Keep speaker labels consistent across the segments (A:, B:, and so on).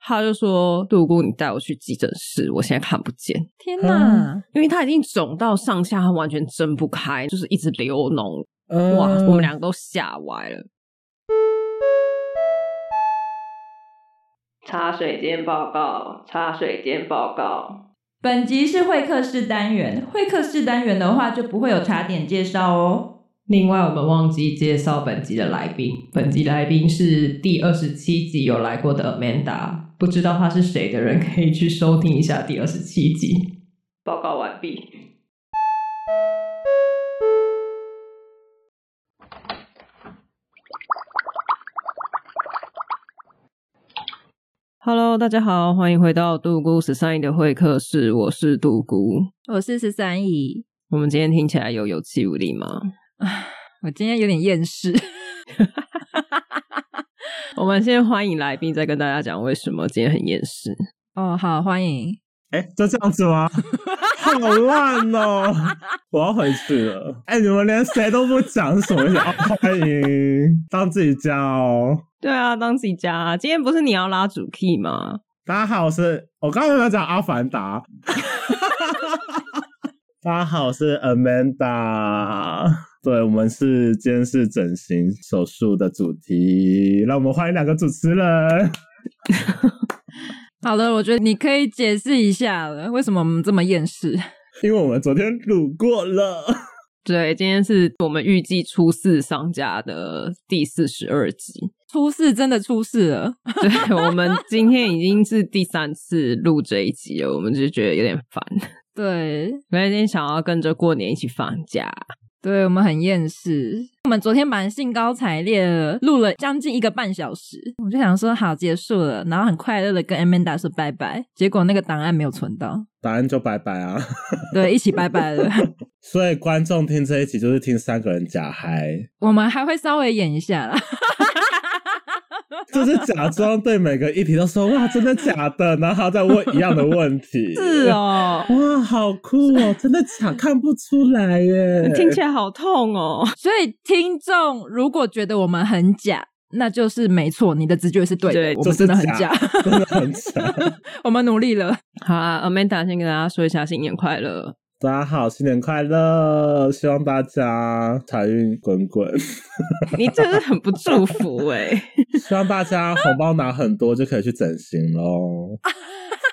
A: 他就说：“杜姑，你带我去急诊室，我现在看不见，
B: 天哪！
A: 因为他已经肿到上下，他完全睁不开，就是一直流脓。
B: 嗯
A: 哇，我们两个都吓歪了。”茶水间报告，茶水间报告。
B: 本集是会客室单元，会客室单元的话就不会有茶点介绍哦。
A: 另外，我们忘记介绍本集的来宾，本集来宾是第二十七集有来过的 Amanda，不知道他是谁的人可以去收听一下第二十七集。报告完毕。Hello，大家好，欢迎回到杜姑十三姨的会客室，我是杜姑。
B: 我是十三姨，
A: 我们今天听起来有有气无力吗？
B: 我今天有点厌世。
A: 我们先欢迎来宾，再跟大家讲为什么今天很厌世。
B: 哦，好，欢迎。
C: 哎、就这样子吗？ 好烂 哦、我要回去了。哎、你们连谁都不讲是什么意思？ 哦欢迎当自己家哦。
A: 对啊，当自己家、啊，今天不是你要拉主 key 吗？
C: 大家好，我是我刚刚有没有讲阿凡 达？大家好，我是 Amanda。对，我们是今天是整形手术的主题，让我们欢迎两个主持人。
B: 好了，我觉得你可以解释一下了，为什么我们这么厌世？
C: 因为我们昨天录过了，
A: 对，今天是我们预计初四上架的第四十二集。
B: 出事真的出事了，
A: 对，我们今天已经是第三次录这一集了，我们就觉得有点烦。
B: 对
A: 本来今天想要跟着过年一起放假，
B: 对，我们很厌世。我们昨天蛮兴高采烈的，录了将近一个半小时，我就想说好结束了，然后很快乐的跟 Amanda 说拜拜，结果那个档案没有存到，
C: 答案就拜拜啊。
B: 对，一起拜拜了。
C: 所以观众听这一集就是听三个人假嗨。
B: 我们还会稍微演一下啦。
C: 就是假装对每个议题都说哇，真的假的，然后还要再问一样的问题。
A: 是，哦，
C: 哇，好酷哦，真的假看不出来耶。
A: 听起来好痛哦。
B: 所以听众如果觉得我们很假，那就是没错，你的直觉是对的，
A: 对
B: 我
C: 就
B: 们
C: 是
B: 真的很假
C: 假，，真的很假。
B: 我们努力了。
A: 好啊，Amanda 先跟大家说一下新年快乐。
C: 大家好，新年快乐！希望大家财运 滚滚，
A: 你真的很不祝福哎、
C: 希望大家红包拿很多就可以去整形喽。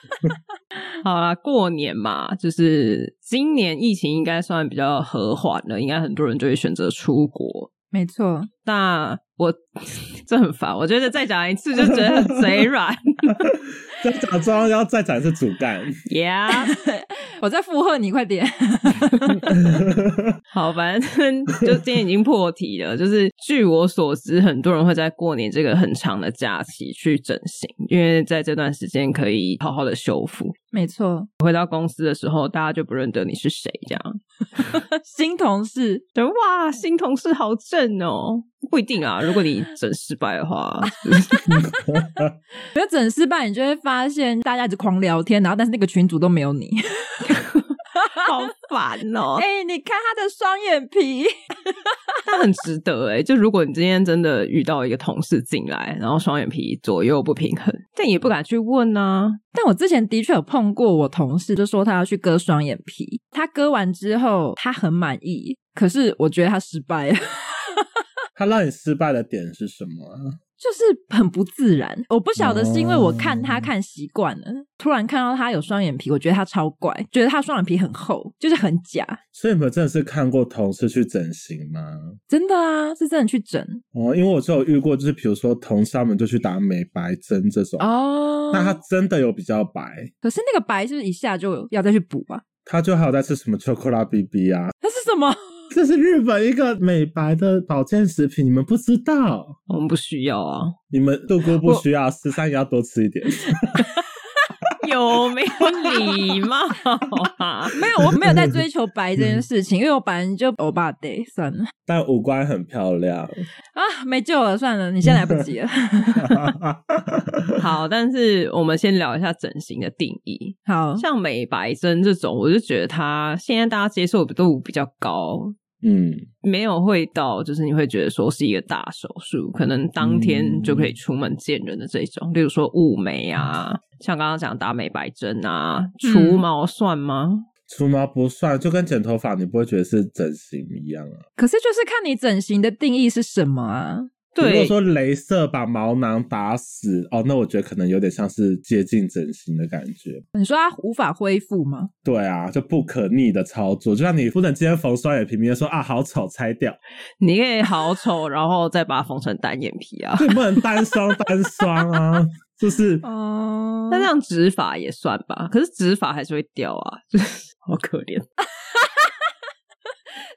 A: 好啦，过年嘛，就是今年疫情应该算比较和缓了，应该很多人就会选择出国。
B: 没错，
A: 那我这很烦，我觉得再讲一次就觉得很嘴软。
C: 就假装要再展示主干，
A: yeah，
B: 我在附和你，快点。
A: 好，反正就今天已经破题了。就是据我所知，很多人会在过年这个很长的假期去整形，因为在这段时间可以好好的修复。
B: 没错，
A: 回到公司的时候，大家就不认得你是谁，这样。
B: 新同事
A: 对，哇，新同事好正哦！不一定 啊，如果你整失败的话，
B: 觉得整失败，你就会发现大家一直狂聊天，然后但是那个群主都没有你。
A: 好烦哦。
B: 哎、你看他的双眼皮，
A: 但很值得哎、就如果你今天真的遇到一个同事进来，然后双眼皮左右不平衡，但也不敢去问啊。
B: 但我之前的确有碰过我同事，就说他要去割双眼皮，他割完之后他很满意，可是我觉得他失败了。
C: 他让你失败的点是什么啊？
B: 就是很不自然。我不晓得是因为我看他看习惯了，突然看到他有双眼皮，我觉得他超怪，觉得他双眼皮很厚，就是很假。
C: 所以你们真的是看过同事去整形吗？
B: 真的啊，是真的去整
C: 哦，因为我就有遇过，就是比如说同事他们就去打美白针这种，
B: 哦。
C: 那他真的有比较白，
B: 可是那个白是不是一下就要再去补啊？
C: 他就还有在吃什么秋克拉 BB 啊，
B: 那是什么？
C: 这是日本一个美白的保健食品，你们不知道，
B: 我们不需要啊，
C: 你们杜姑不需要，十三也要多吃一点。
A: 有没有礼貌啊？
B: 没有，我没有在追求白这件事情，因为我本来就欧巴 day 算了
C: 但五官很漂亮，
B: 啊，没救了，算了，你现在来不及了。
A: 好，但是我们先聊一下整形的定义。
B: 好，
A: 像美白针这种，我就觉得它现在大家接受度比较高，
C: 嗯，
A: 没有会到就是你会觉得说是一个大手术，可能当
C: 嗯
A: 天就可以出门见人的这种，例如说雾眉啊，像刚刚讲打美白针啊，
C: 嗯
A: 除毛算吗？
C: 除毛不算，就跟剪头发，你不会觉得是整形一样啊。
B: 可是就是看你整形的定义是什么啊？
C: 如果
A: 对，
C: 说镭射把毛囊打死，哦，那我觉得可能有点像是接近整形的感觉。
B: 你说它无法恢复吗？
C: 对啊，就不可逆的操作，就像你不能今天缝双眼皮，明天说啊好丑拆掉，
A: 你可以好丑，然后再把它缝成单眼皮啊。
C: 对，不能单双单双啊，就是
B: 哦
A: 那这样植发也算吧，可是植发还是会掉啊，就是 好可怜。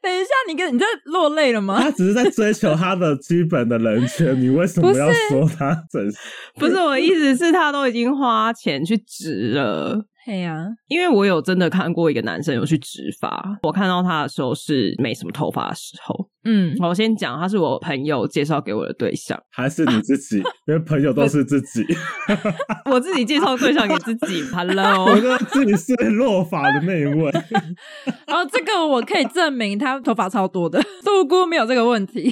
B: 等一下，你跟你在落泪了吗？
C: 他只是在追求他的基本的人权，你为什么要说他整形？
A: 不是我的意思是，他都已经花钱去植了。
B: 嘿呀、
A: 因为我有真的看过一个男生有去植发，我看到他的时候是没什么头发的时候。
B: 嗯，
A: 我先讲，他是我朋友介绍给我的对象，
C: 还是你自 己？因为朋友都是自己，
A: 我自己介绍对象给自己。
C: 我
A: Hello，
C: 觉得自己是落发的那一位。
B: 然后哦这个我可以证明他头发超多的，杜姑没有这个问题。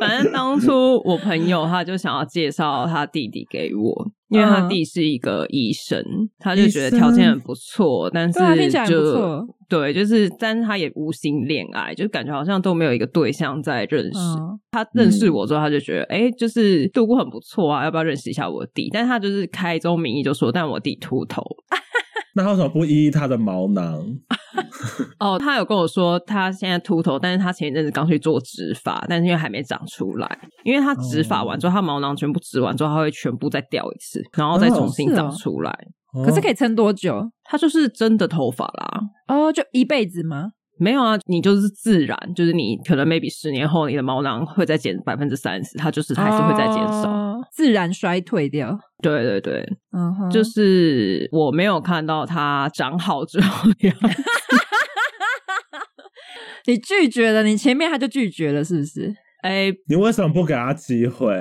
A: 反正当初我朋友他就想要介绍他弟弟给我，因为
B: 嗯
A: 他弟是一个医生，他就觉得条件很不错，但是
B: 对啊，听起来很不
A: 就
B: 错。
A: 对，就是，但是他也无心恋爱，就感觉好像都没有一个对象在认识。
B: 嗯，
A: 他认识我之后，他就觉得，哎、就是杜姑很不错啊，要不要认识一下我弟？但他就是开宗明义就说，但我弟秃头。
C: 那他为什么不依他的毛囊？
A: 哦，他有跟我说他现在秃头，但是他前一阵子刚去做植发，但是因为还没长出来，因为他植
B: 哦
A: 发完之后，他毛囊全部植完之后，他会全部再掉一次，然后再
B: 哦
A: 重新长出来。
B: 啊可是可
C: 以，
B: 以撑多久？
A: 他就是真的头发啦。
B: 哦，就一辈子吗？
A: 没有啊，你就是自然，就是你可能 maybe 十年后你的毛囊会再减百分之三十，它就是还是会再减少。
B: 哦自然衰退掉。
A: 对对对，
B: 嗯哼，
A: 就是我没有看到它长好之后的样子
B: 你拒绝了，你前面他就拒绝了，是不是？
A: 哎，
C: 哦你为什么不给他机会？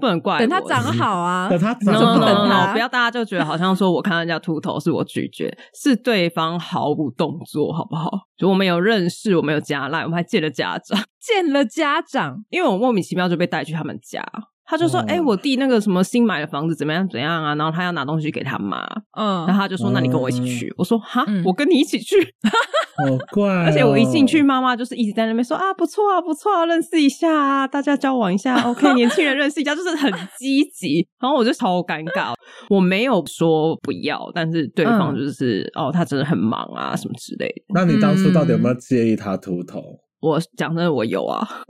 A: 不能怪我
B: 等他长好
A: 哎
B: 啊，
C: 等他
B: 你
C: 长
A: ，no
B: 就不
A: no
B: 等
A: no
B: 他
A: no，不要大家就觉得好像说我看人家秃头是我拒绝，是对方毫无动作，好不好？就我们有认识，我们有加赖，我们还见了家长，
B: 见了家长，
A: 因为我莫名其妙就被带去他们家。他就说：“
C: 哦
B: 嗯
A: 哎、我弟那个什么新买的房子怎么样怎样啊？”然后他要拿东西给他妈，
B: 嗯，
A: 然后他就说：“那你跟我一起去。”我说：“哈
B: 嗯，
A: 我跟你一起去。
C: 好怪哦、
A: 而且我一进去，妈妈就是一直在那边说：“啊，不错啊，不错啊，认识一下啊，大家交往一下，OK，年轻人认识一下，就是很积极。” 然后我就超尴尬，我没有说不要，但是对方就是、哦，他真的很忙啊，什么之类的。
C: 那你当初到底有没有介意他秃头？
A: 我讲真的，我有啊，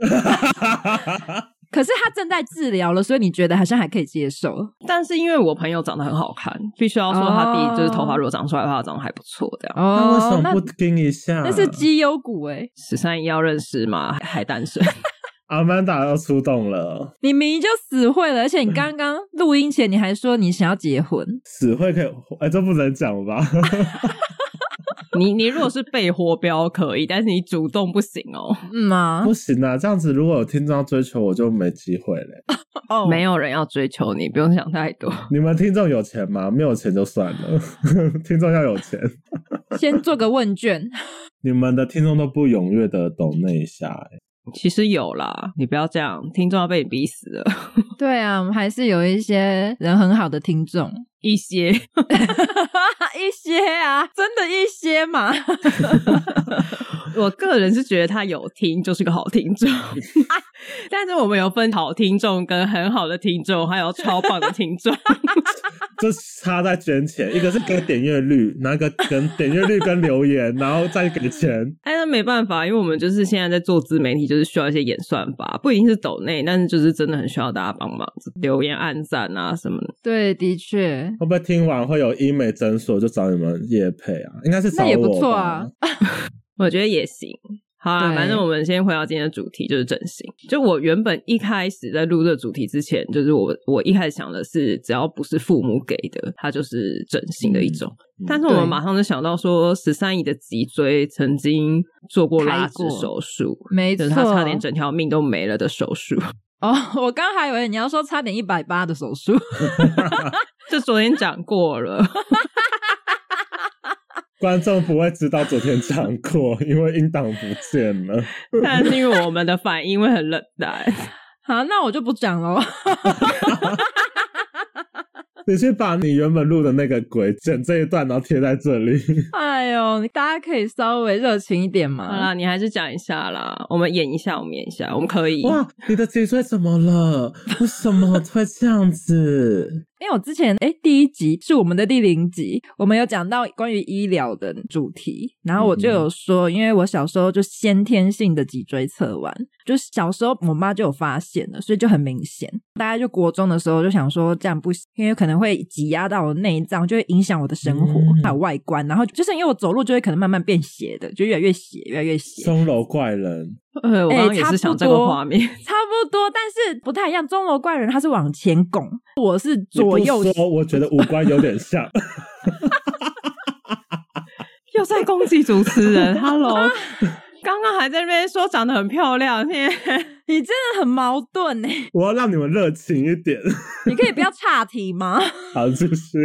B: 可是他正在治疗了，所以你觉得好像还可以接受。
A: 但是因为我朋友长得很好看，必须要说他弟就是头发如果长出来的话，长得还不错。这样
C: 那为什
B: 哦那
C: 么不盯一下？
B: 那是
A: 嗯
B: 绩优股哎、
A: 十三姨要认识吗？还还单身？
C: 阿曼达要出动了，
B: 你明明就死会了，而
A: 嗯
B: 且你刚刚录音前你还说你想要结婚，
C: 死会可以，哎、这不能讲吧？
A: 你你如果是被活标可以，但是你主动不行哦。
B: 嗯啊
C: 不，行啊，这样子如果有听众要追求，我就没机 会嘞。
B: 哦
A: 没有人要追求你，不用想太多。
C: 你们听众有钱吗？没有钱就算了， 听众要有钱。
B: 先做个问卷，
C: 你们的听众都不踊跃的懂那一下、哎
A: 其实有啦，你不要这样，听众要被你逼死了。
B: 对啊，我们还是有一些人很好的听众，
A: 一些，
B: 一些啊，真的一些嘛。
A: 我个人是觉得他有听就是个好听众， 但是我们有分好听众跟很好的听众，还有超棒的听众。
C: 就差在捐钱，一个是给点阅率，然后一个跟点阅率跟留言，然后再给钱。
A: 哎，那没办法，因为我们就是现在在做自媒体，就是需要一些演算法，不一定是抖内，但是就是真的很需要大家帮忙，留言、按赞啊什么的。
B: 对，的确，
C: 会不会听完会有医美诊所就找你们叶配啊？应该是找
B: 那
C: 我
B: 也不错
C: 吧
B: 啊。。
A: 我觉得也行。好啊，
B: 对
A: 反正我们先回到今天的主题，就是整形。就我原本一开始在录这个主题之前，就是我我一开始想的是，只要不是父母给的，它就是整形的一种。
C: 嗯
A: 但是我们
B: 对
A: 马上就想到说，十三姨的脊椎曾经做过拉
B: 开
A: 直
B: 过
A: 手术，
B: 没
A: 就
B: 错，
A: 是她差点整条命都没了的手术。
B: 哦， 我刚还以为你要说差点一百八的手术，
A: 就昨天讲过了，
C: 观众不会知道昨天讲过，因为音档不见了。
A: 但是因为我们的反应会很冷 淡，
B: 好，那我就不讲了。
C: 你去把你原本录的那个鬼剪这一段，然后贴在 这里。
B: 哎呦，大家可以稍微热情一点
A: 好
B: 嘛。
A: 啦，你还是讲一下啦，我们演一下，我们演一下，我们可以。
C: 哇，你的脊椎怎么了？为什么会这 样子？
B: 因为我之前哎，第一集是我们的第零集，我们有讲到关于医疗的主题，然后我就有说，因为我小时候就先天性的脊椎侧弯，就是小时候我妈就有发现了，所以就很明显。大家就国中的时候就想说这样不行，因为可能会挤压到我内脏，就会影响我的生活、
C: 嗯
B: 还有外观，然后就是因为我走路就会可能慢慢变斜的，就越来越斜，越来越斜。
C: 钟楼怪人，
A: 呃，我
B: 哎
A: 刚刚也是想这个画面，
B: 差不多，但是不太一样。钟楼怪人他是往前拱，我是
C: 你不
B: 左右斜。
C: 说，我觉得五官有 点像。
A: 又在攻击主持 人。Hello，刚刚还在那边说长得很漂亮，现在
B: 你真的很矛盾呢，欸
C: 我要让你们热情一 点。
B: 你可以不要岔题吗？
C: 好，继续。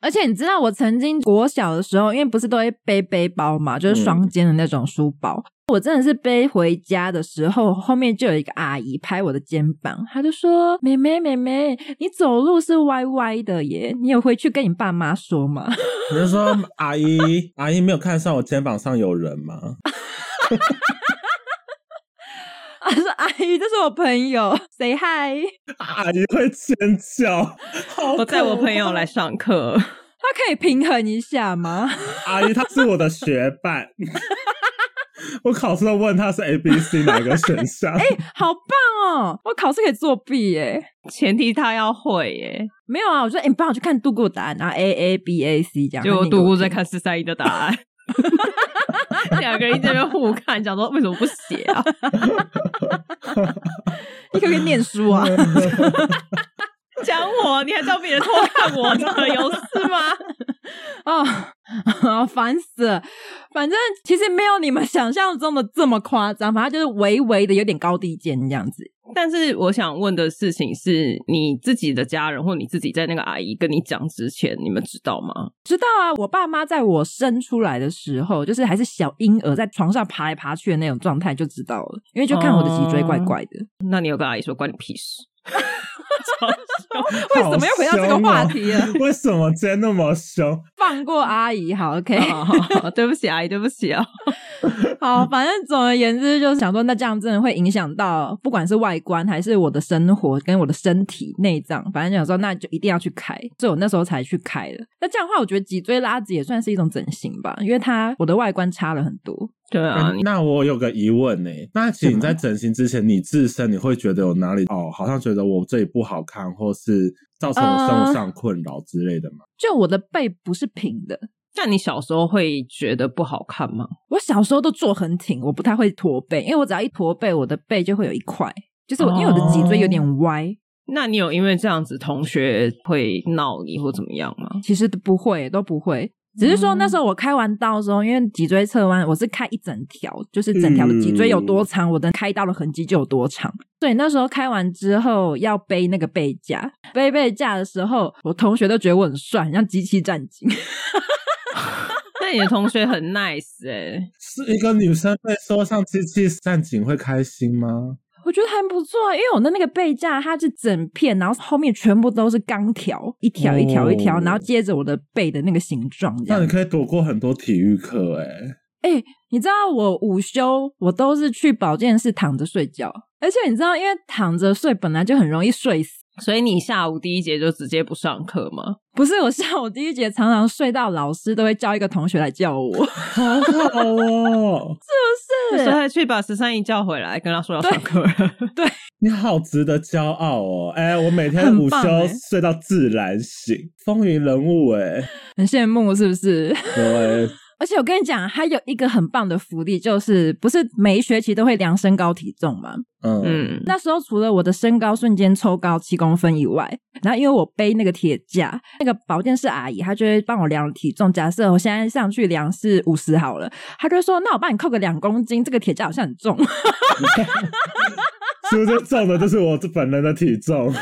B: 而且你知道，我曾经国小的时候，因为不是都会背背包嘛，
A: 嗯
B: 就是双肩的那种书包。我真的是背回家的时候，后面就有一个阿姨拍我的肩膀，她就说：“妹妹，妹妹，你走路是歪歪的耶，你有回去跟你爸妈说吗？”
C: 你就说阿姨，阿姨没有看上我肩膀上有人吗？
B: 啊，说阿姨，这是我朋友，say hi。
C: 阿姨会尖 叫，好
A: 我带我
C: 可怕
A: 朋友来。上 课，
B: 他可以平衡一下吗？
C: 阿姨她是我的学伴， 我考试都问她是 A、B、C 哪个选 项。
B: 哎好棒哦！我考试可以作弊耶。
A: 前提他要会耶。
B: 没有啊，我说，哎、你帮我去看度过答案，然后 A A B A C 这样。
A: 就
B: 那你给
A: 独
B: 我
A: 孤在看四三一的答 案。两个人在那边互看，想说为什么不写啊？
B: 听，你可不可以念书啊？
A: 讲我，你还叫别人偷看我的，有事吗？
B: 哦， 烦死了！反正其实没有你们想象中的这么夸张，反正就是微微的有点高低肩这样子。
A: 但是我想问的事情是，你自己的家人或你自己在那个阿姨跟你讲之前，你们知道吗？
B: 知道啊，我爸妈在我生出来的时候，就是还是小婴儿在床上爬来爬去的那种状态，就知道了，因为就看我的脊椎怪怪的。
C: 哦
A: 那你有跟阿姨说关你屁事？
B: 为什么要回到这个话题
C: 好
B: 了
C: 凶哦？ 为什么今天那么凶？
B: 放过阿姨，好，OK。
A: 哦好好 好对不起，阿姨，对不起啊。
B: 好，反正总而言之，就是想说，那这样真的会影响到，不管是外观还是我的生活跟我的身体内脏，反正想说，那就一定要去开，所以我那时候才去开的。那这样的话，我觉得脊椎拉直也算是一种整形吧，因为它我的外观差了很多。
A: 对啊，
C: 嗯
A: 你
C: 那我有个疑问呢、那请你
B: 什么
C: 在整形之前，你自身你会觉得有哪里哦，好像觉得我这里不好看，或是造成我生活上困扰之类的吗？
B: 就我的背不是平的，
A: 那你小时候会觉得不好看吗？
B: 我小时候都坐很挺，我不太会驼背，因为我只要一驼背，我的背就会有一块，就是我、因为我的脊椎有点歪，
A: 那你有因为这样子同学会闹你或怎么样吗？
B: 其实都不会，都不会。只是说那时候我开完刀的时候，因为脊椎侧弯，我是开一整条，就是整条的脊椎有多长，我的开刀的痕迹就有多长。所以那时候开完之后要背那个背架，背背架的时候，我同学都觉得我很帅，很像机器战警。
A: 那你的同学很 nice 哎、
C: 是一个女生被说上机器战警会开心吗？
B: 我觉得还不错啊，因为我的那个背架它是整片，然后后面全部都是钢条，一条一条一条，
C: 哦
B: 然后接着我的背的那个形状这
C: 那
B: 样
C: 你。可以躲过很多体育课哎、
B: 哎、你知道我午休我都是去保健室躺着睡觉，而且你知道，因为躺着睡本来就很容易睡死。
A: 所以你下午第一节就直接不上课吗？
B: 不是我下午第一节常常睡到老师都会叫一个同学来叫我，
C: 好好哦，
A: 所
B: 是
A: 以去把十三姨叫回来，跟他说要上课了。
C: 你好值得骄傲哦！哎、我每天午
B: 很
C: 休
B: 棒哎
C: 睡到自然醒，风云人物哎、
B: 很羡慕是不是？
C: 对，
B: 而且我跟你讲，还有一个很棒的福利，就是不是每一学期都会量身高体重吗？
C: 嗯
A: 嗯，
B: 那时候除了我的身高瞬间抽高七公分以外，然后因为我背那个铁架，那个保健室阿姨她就会帮我量体重。假设我现在上去量是五十好了，她就会说：“那我帮你扣个两公斤，这个铁架好像很重。
C: 是不是重的就是我这本人的体 重？”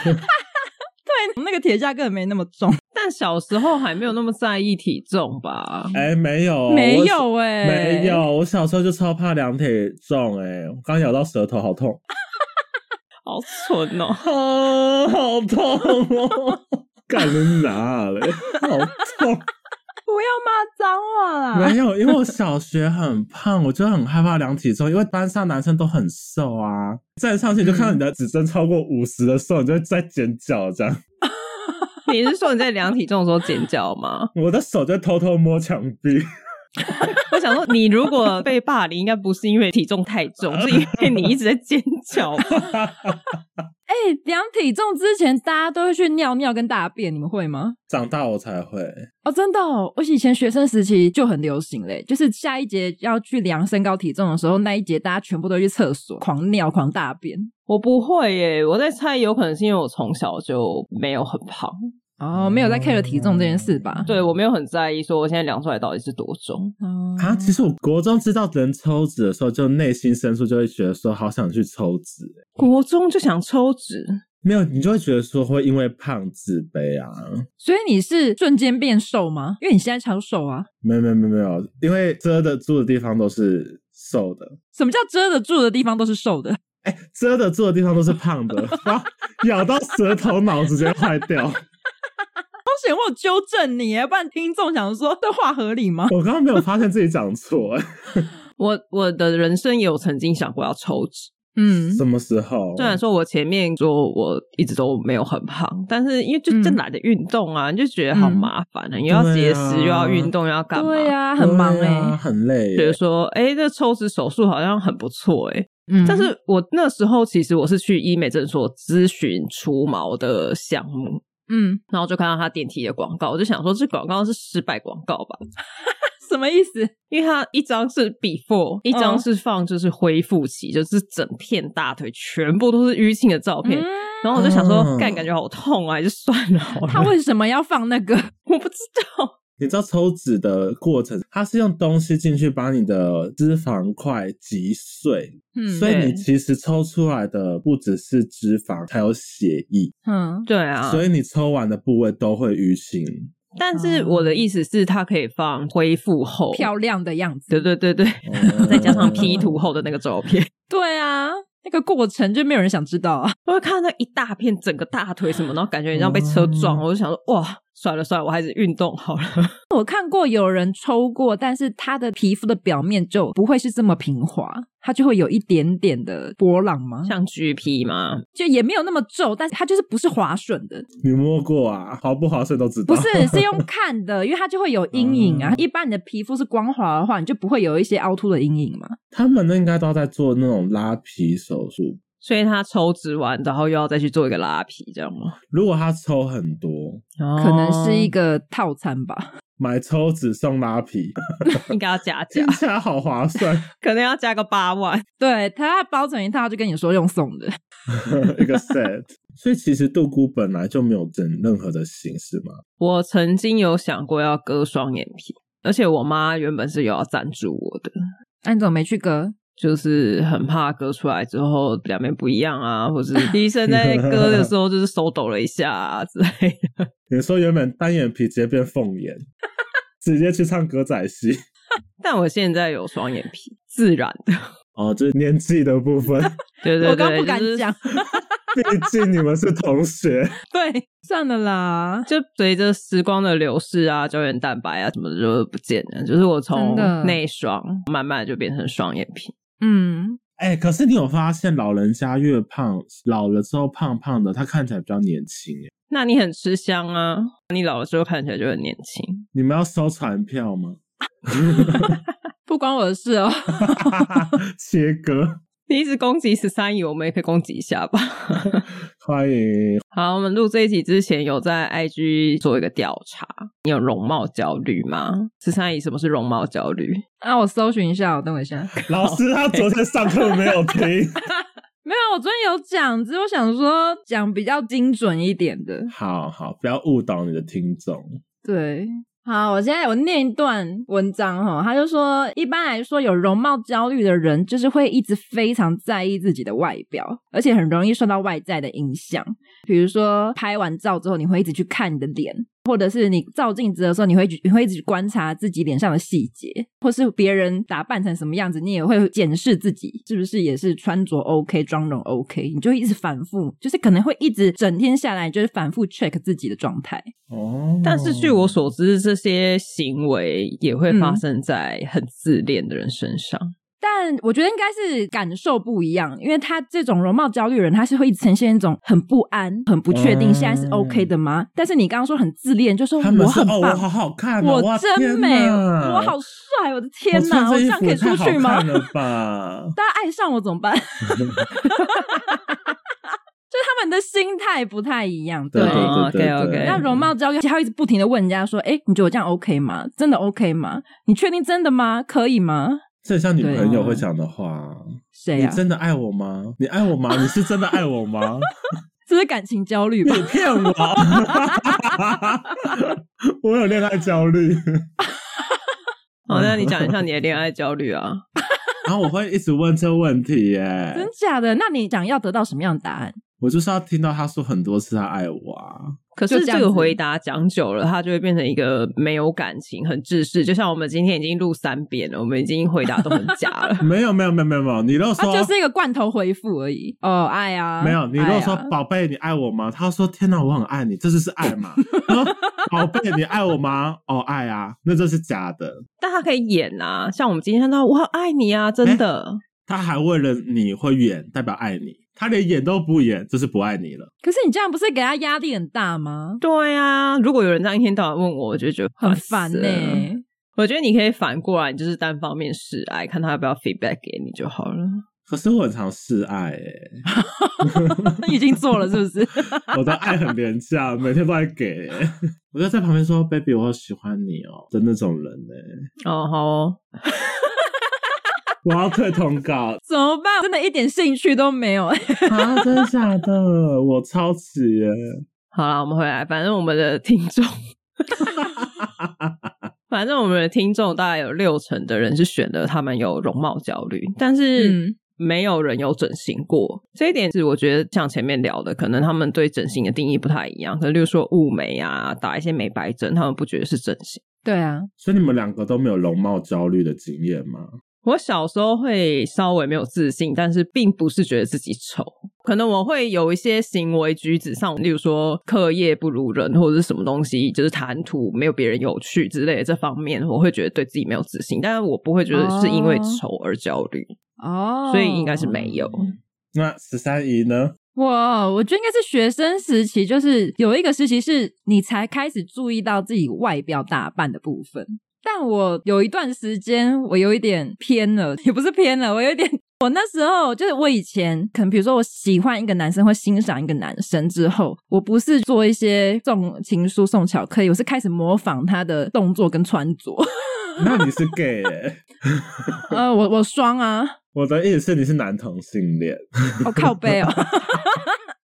B: 那个铁架根本没那么重，
A: 但小时候还没有那么在意体重吧？
C: 哎、没有，
B: 没
C: 我
B: 有哎、
C: 没有，。我小时候就超怕量体重、哎，我刚咬到舌头，好痛，
A: 好蠢哦！
C: 啊， 好痛哦！干人哪嘞？好痛！
B: 不要骂脏话啦！
C: 没有，因为我小学很胖，我就很害怕量体重，因为班上男生都很瘦啊。站上去就看到你的指针超过五十的时候，你就会在尖叫这样。
A: 你是说你在量体重的时候尖叫吗？
C: 我的手就偷偷摸墙壁，
A: 我想说，你如果被霸凌，应该不是因为体重太重，是因为你一直在尖叫吧。
B: 哎、量体重之前大家都会去尿尿跟大便，你们会吗？
C: 长大我才会。
B: 哦，真的哦！我以前学生时期就很流行嘞，就是下一节要去量身高体重的时候，那一节大家全部都去厕所狂尿狂大便。
A: 我不会耶，我在猜，有可能是因为我从小就没有很胖，
B: 哦，没有在 care 体重这件事吧？
A: 对我没有很在意，说我现在量出来到底是多重。
B: 哦
C: 啊，其实我国中知道人抽脂的时候，就内心深处就会觉得说，好想去抽脂、
A: 国中就想抽脂，
C: 没有，你就会觉得说会因为胖自卑啊。
B: 所以你是瞬间变瘦吗？因为你现在超瘦啊。
C: 没有没有没有没有，因为遮得住的地方都是瘦的，
B: 什么叫遮得住的地方都是瘦的？
C: 哎、遮得住的地方都是 胖的，然后咬到舌头脑直接坏掉。
B: 恭喜我有纠正你耶，不然听众想说这话合理吗？
C: 我刚刚没有发现自己讲错、哎，
A: 我我的人生也有曾经想过要抽脂。
B: 嗯，
C: 什么时候？
A: 虽然啊说我前面说我一直都没有很胖，但是因为就
B: 嗯
A: 真懒得运动啊，你就觉得好麻烦啊，你又要节食、
C: 对啊
A: 又要运动，又要干嘛？
B: 对呀、很忙
A: 欸
C: 对
B: 哎、
C: 啊很累、
A: 觉得
C: 哎
A: 说，哎、这抽脂手术好像很不错、哎、
B: 嗯，
A: 但是我那时候其实我是去医美诊所咨询除毛的项目，
B: 嗯，
A: 然后就看到他电梯的广告，我就想说这广告是失败广告吧，
B: 什么意思？
A: 因为它一张是 before，一
B: 嗯
A: 张是放就是恢复期，就是整片大腿全部都是淤青的照
B: 嗯
A: 片。然后我就想说
C: 嗯，
A: 干、感觉好痛啊，还是算了好
B: 他
A: 了。
B: 为什么要放那个？
A: 我不知道，
C: 你知道抽脂的过程，它是用东西进去把你的脂肪块击碎，
B: 嗯，
C: 所以你
A: 对
C: 其实抽出来的不只是脂肪，还有血液，
B: 嗯，
A: 对啊。
C: 所以你抽完的部位都会淤青。
A: 但是我的意思是，它可以放恢复后，
B: 漂亮的样子。
A: 对对对对，
C: 嗯 哦
A: 再加上 P 图后的那个照片，
B: 对啊，那个过程就没有人想知道啊。
A: 我会看到一大片整个大腿什么，然后感觉你像被车撞，
C: 嗯
A: 我就想说，哇，算了算了，我还是运动好了。
B: 我看过有人抽过，但是他的皮肤的表面就不会是这么平滑，它就会有一点点的波浪吗？
A: 像 GP 吗？
B: 就也没有那么皱，但是它就是不是滑顺 的，
C: 你摸过啊？滑不滑水都知道。
B: 不是是用看的，因为它就会有阴影
A: 哦
B: 啊。一般你的皮肤是光滑的话，你就不会有一些凹凸的阴影嘛。
C: 他们那应该都在做那种拉皮手术。
A: 所以他抽脂完，然后又要再去做一个拉皮，这样吗？
C: 如果他抽很多，
A: 哦
B: 可能是一个套餐吧。
C: 买抽脂送拉皮，
A: 应该要加价
C: 听，起来好划算，
A: 可能要加个八万。
B: 对，它包成一套，就跟你说用送的。
C: 一个 set。所以其实杜姑本来就没有整任何的形式嘛。
A: 我曾经有想过要割双眼皮，而且我妈原本是有要赞助我的，
B: 那、你怎么没去割？
A: 就是很怕割出来之后两边不一样啊， 或是医生在割的时候就是手抖了一下啊之类的。
C: 你说原本单眼皮直接变凤眼，直接去唱歌仔戏。
A: 但我现在有双眼皮，自然的。
C: 哦，就是年纪的部分，
A: 对对对，
B: 我刚不敢
A: 就是
B: 讲，
C: 毕竟你们是同学，
A: 对，
B: 算了啦。
A: 就随着时光的流逝啊，胶原蛋白啊什么的就不见了。就是我从
B: 真的
A: 内双慢慢就变成双眼皮，
B: 嗯，
C: 哎、可是你有发现老人家越胖，老了之后胖胖的，他看起来比较年轻耶。
A: 那你很吃香啊！你老了之后看起来就很年轻。
C: 你们要收传票吗？
B: 不关我的事哦。
C: 切割，
A: 你一直攻击十三姨，我们也可以攻击一下吧。
C: 欢迎。
A: 好，我们录这一集之前有在 IG 做一个调查，你有容貌焦虑吗？十三姨，什么是容貌焦虑？
B: 那、我搜寻一下，我等我一下。
C: 老师他昨天上课没有听。
B: 没有，啊我昨天有讲，只是我想说讲比较精准一点的。
C: 好好，不要误导你的听众。
B: 对，好，我现在我念一段文章哈，他就说，一般来说有容貌焦虑的人，就是会一直非常在意自己的外表，而且很容易受到外在的影响。比如说拍完照之后，你会一直去看你的脸，或者是你照镜子的时候，你会你会一直去观察自己脸上的细节，或是别人打扮成什么样子，你也会检视自己是不是也是穿着 OK、妆容 OK，你就会一直反复，就是可能会一直整天下来就是反复 check 自己的状态。
C: 哦，
A: 但是据我所知，这些行为也会发生在很自恋的人身上。
B: 但我觉得应该是感受不一样，因为他这种容貌焦虑的人，他是会呈现一种很不安、很不确定，
C: 嗯
B: 现在是 OK 的吗？但是你刚刚说很自恋，就说
C: 他们
B: 我
C: 是
B: 很
C: 哦，我
B: 棒，
C: 好好看、哦，
B: 我
C: 哇
B: 真
C: 天
B: 美，
C: 哪
B: 我好帅，我的天哪，
C: 我
B: 我
C: 穿
B: 这
C: 这
B: 样可以出去
C: 衣服也太好
B: 吗？
C: 看？了吧
B: 大家爱上我怎么办？ 就是他们的心态不太一样，
C: 对
A: 对
C: 对对对
A: OK，OK
C: 对，
B: 那容貌焦虑，他会一直不停的问人家说：“哎、你觉得我这样 OK 吗？真的 OK 吗？你确定真的吗？可以吗
C: 这很像女朋
A: 对
C: 友
A: 啊
C: 会讲的话。？”
B: 谁
C: 你
B: 呀、啊？
C: 真的爱我吗？你爱我吗？你是真的爱我吗？
B: 这是感情焦 虑吧？
C: 你骗我！我有恋爱焦虑，
A: 好，哦
B: 嗯
A: 那你讲一下你的恋爱焦虑啊？
C: 然后我会一直问这问题耶。
B: 真假的？那你想要得到什么样的答案？
C: 我就是要听到他说很多次他爱我啊，。
A: 可是
B: 就这样
A: 这
B: 子
A: 个回答讲久了，它就会变成一个没有感情、很自私。就像我们今天已经录三遍了，我们已经回答都很假了
C: 没有没有没有没有没有，你如果
B: 它
C: 说、
B: 啊就是一个罐头回复而已。哦，爱啊，
C: 没有，你如
B: 爱
C: 果
B: 啊
C: 说宝贝你爱我吗？他说天哪，我很爱你，这就是爱嘛。然后宝贝你爱我吗？哦爱啊，那这是假的。
A: 但他可以演啊，像我们今天看到我好爱你啊，真的。
C: 他还为了你会演，代表爱你，他连演都不演，就是不爱你了。
B: 可是你这样不是给他压力很大吗？
A: 对啊，如果有人这样一天到晚问我，我就觉得
B: 很
A: 烦
B: 烦
A: 死
B: 呢、
A: 了 我觉得你可以反过来，你就是单方面示爱，看他要不要 feedback 给你就好了。
C: 可是我很常示爱、欸，
B: 已经做了是不是？
C: 我的爱很廉价，每天都在给、欸。我就在旁边说：“baby，我好喜欢你哦、的那种人呢、
A: 哦，好哦
C: 我要退通告
B: 怎么办？真的一点兴趣都没有。
C: 啊！真的假的？我抄袭耶、
A: 好啦，我们回来，反正我们的听众，反正我们的听众大概有六成的人是选的他们有容貌焦虑，但是
B: 嗯
A: 没有人有整形过。这一点是我觉得像前面聊的，可能他们对整形的定义不太一样，可能例如说雾眉啊，打一些美白针，他们不觉得是整形。
B: 对啊，
C: 所以你们两个都没有容貌焦虑的经验吗？
A: 我小时候会稍微没有自信，但是并不是觉得自己丑，可能我会有一些行为举止上，例如说课业不如人，或者是什么东西，就是谈吐没有别人有趣之类的这方面，我会觉得对自己没有自信，但是我不会觉得是因为丑而焦虑，
B: 哦，
A: 所以应该是没有。
C: 嗯那十三姨呢？
B: 哇，我觉得应该是学生时期，就是有一个时期是你才开始注意到自己外表打扮的部分。但我有一段时间，我有一点偏了，也不是偏了，我有一点，我那时候就是我以前可能比如说我喜欢一个男生或欣赏一个男生之后，我不是做一些送情书、送巧克力，我是开始模仿他的动作跟穿着。
C: 那你是 gay 耶、
B: 呃，我我双啊，
C: 我的意思是你是男同性恋。
B: 我、靠背哦，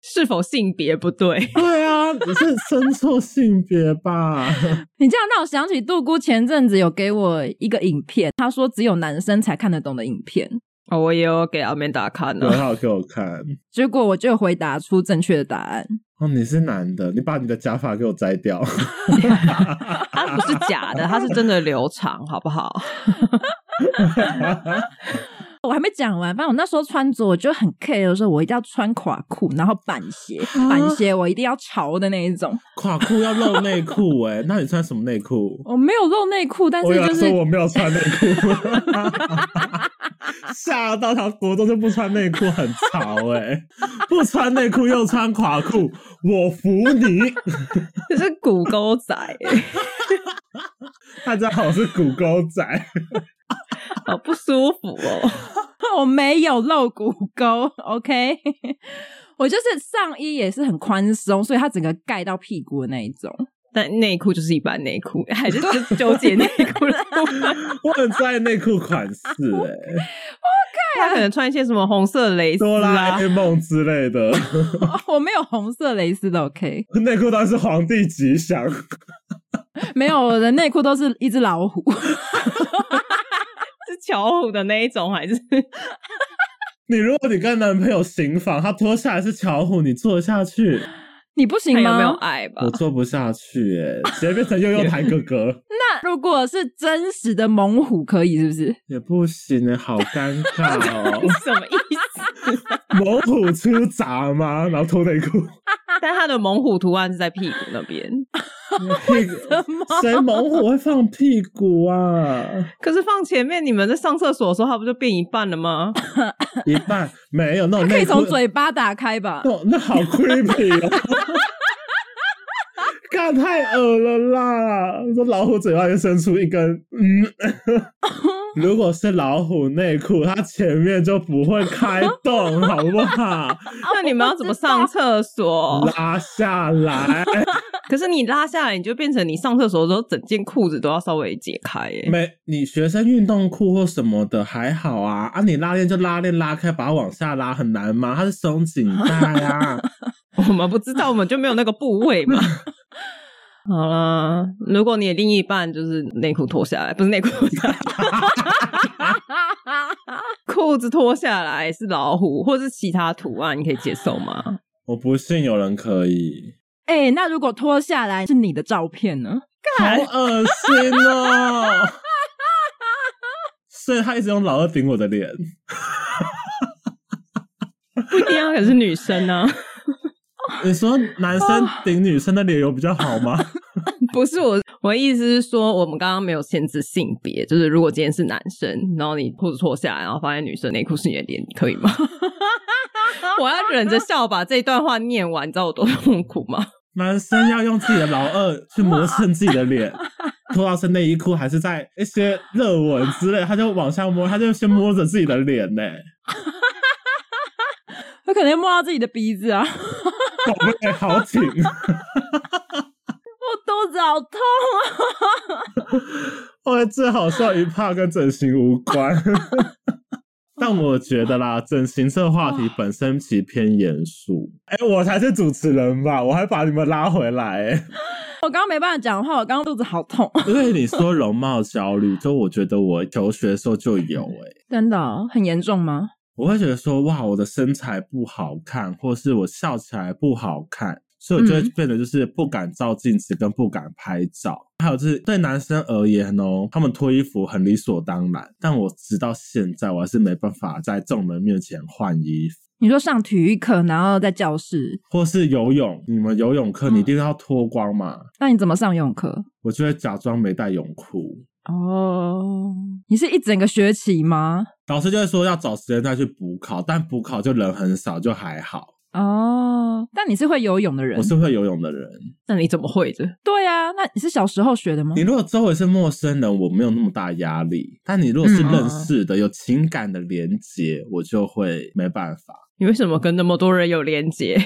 A: 是否性别不对？
C: 对啊，你是生错性别吧？
B: 你这样让我想起杜姑前阵子有给我一个影片，她说只有男生才看得懂的影片，
A: 哦，我也有给阿曼达看
C: 对，
A: 呢、
C: 他有给我看。
B: 结果我就回答出正确的答案。
C: 哦，你是男的，你把你的假发给我摘掉。
A: 啊它不是假的，它是真的留长，好不好？
B: 我还没讲完，反正我那时候穿着我就很 care，说我一定要穿垮裤，然后板鞋，
C: 啊
B: 板鞋我一定要潮的那一种。
C: 垮裤要露内裤哎，那你穿什么内裤？
B: 我没有露内裤，但
C: 我
B: 是
C: 有啊
B: 就是
C: 说我没有穿内 裤，吓到他国中就不穿内裤，很潮哎、不穿内裤又穿垮裤，我服你。
A: 这是骨沟仔欸，
C: 大家好，我是骨沟仔，
A: 好不舒服哦。
B: 我没有露骨沟，OK，我就是上衣也是很宽松，所以它整个盖到屁股的那一种。
A: 但内裤就是一般内裤，还是就纠结内裤的部分。
C: 我很在意内裤款式 哎、
A: 他可能穿一些什么红色蕾丝
C: 哆啦
A: 啊，
C: A 梦之类 的
B: 我没有红色蕾丝的，OK，
C: 内裤，当然是皇帝吉祥。
B: 没有我的内裤都是一只老虎。
A: 是巧虎的那一种，还是
C: 你如果你跟男朋友行房，他脱下来是巧虎，你坐得下 去？
B: 你不行
A: 看
B: 吗？
A: 有没有爱吧
C: 我？坐不下去哎、直接变成悠悠 台哥哥
B: 那如果是真实的猛虎，可以是不 是？
C: 也不行哎、好尴尬哦、
A: 什么意思？
C: 猛虎出闸 吗？然后脱内裤，
A: 但他的猛虎图案是在屁股那边，
C: 屁股谁猛虎会放屁股啊？
A: 可是放前面，你们在上厕所的时候，它不就变一半了吗？
B: 哦
C: 一半没有那种
B: 可以
C: 内裤
B: 从嘴巴打 开吧？
C: 哦，那好 creepy 哦！ 干太恶了啦！你说老虎嘴巴就伸出一根，嗯， 如果是老虎内裤，它前面就不会开洞，好不好？
A: 那你们要怎么上厕
B: 哦
A: 所？
C: 拉下来，
A: 可是你拉下来，你就变成你上厕所的时候，整件裤子都要稍微解开、欸。
C: 没你学生运动裤或什么的还好啊，啊，你拉链就拉链拉开，把它往下拉很难吗？它是松紧带啊，
A: 我们不知道，我们就没有那个部位嘛。好啦，如果你的另一半就是内裤脱下来，不是内裤脱下来，裤子脱下来是老虎，或是其他图案，你可以接受吗？
C: 我不信有人可以。
B: 哎、那如果脱下来是你的照片呢？
C: 好恶心哦！所以他一直用老二顶我的脸，
A: 不一定啊，可是女生呢、
C: 你说男生顶女生的脸有比较好吗？
A: 不是我，我的意思是说，我们刚刚没有限制性别，就是如果今天是男生，然后你裤子脱下来，然后发现女生内裤是你的脸，你可以吗？我要忍着笑把这段话念完，你知道我多痛苦吗？
C: 男生要用自己的老二去磨蹭自己的脸，脱到是内衣裤还是在一些热吻之类，他就往下摸，他就先摸着自己的脸呢、
B: 他可能摸到自己的鼻子啊，
C: 宝贝好挺，
B: 我肚子好痛啊！
C: 我觉得最好笑一怕跟整形无关。 但我觉得啦，整形这话题本身其实偏严肃。哎、我才是主持人吧，我还把你们拉回来、哎
B: 我刚刚没办法讲话，我刚刚肚子好痛，
C: 因为你说容貌焦虑，就我觉得我求学的时候就有、哎，
B: 真的哦、很严重吗？
C: 我会觉得说，哇，我的身材不好看，或是我笑起来不好看，所以我就会
B: 嗯
C: 变得就是不敢照镜子，跟不敢拍照。还有就是对男生而言哦，他们脱衣服很理所当然，但我直到现在我还是没办法在众人面前换衣服。
B: 你说上体育课，然后在教室，
C: 或是游泳，你们游泳课你一定要脱光嘛，
B: 那你怎么上游泳课？
C: 我就会假装没带泳裤，
B: 哦，你是一整个学期吗？
C: 老师就会说要找时间再去补考，但补考就人很少，就还好。
B: 哦，但你是会游泳的人
C: 我，是会游泳的人，
A: 那你怎么会的？
B: 对啊，那你是小时候学的吗
A: 嗯
C: 你？如果周围是陌生人，我没有那么大压力；但你如果是认识的，有情感的连接，我就会没办法。
A: 你为什么跟那么多人有连接？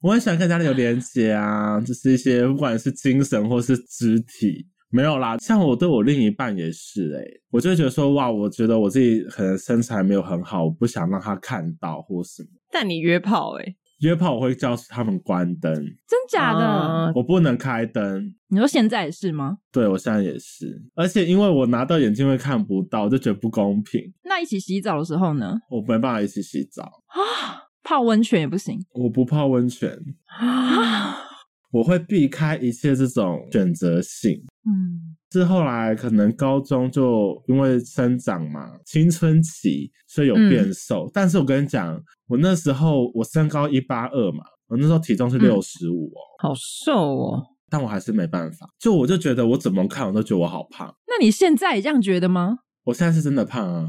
C: 我很想跟家里有连接啊，就是一些不管是精神或是肢体，没有啦。像我对我另一半也是、欸，诶，我就会觉得说，哇，我觉得我自己可能身材没有很好，我不想让他看到或什么。
A: 但你约炮哎、欸，
C: 约炮我会叫他们关灯，
B: 真假的？
A: 啊
C: 我不能开灯，
B: 你说现在也是吗？
C: 对我现在也是，而且因为我拿到眼镜会看不到，我就觉得不公平，
B: 那一起洗澡的时候呢？
C: 我没办法一起洗澡，
B: 啊，泡温泉也不行。
C: 我不泡温泉，我会避开一切这种选择性。
B: 嗯，
C: 是后来可能高中就因为生长嘛，青春期所以有变瘦。但是我跟你讲，我那时候我身高一八二嘛，我那时候体重是六十五哦，
A: 好瘦哦。
C: 但我还是没办法，就我就觉得我怎么看我都觉得我好胖。
B: 那你现在也这样觉得吗？
C: 我现在是真的胖啊，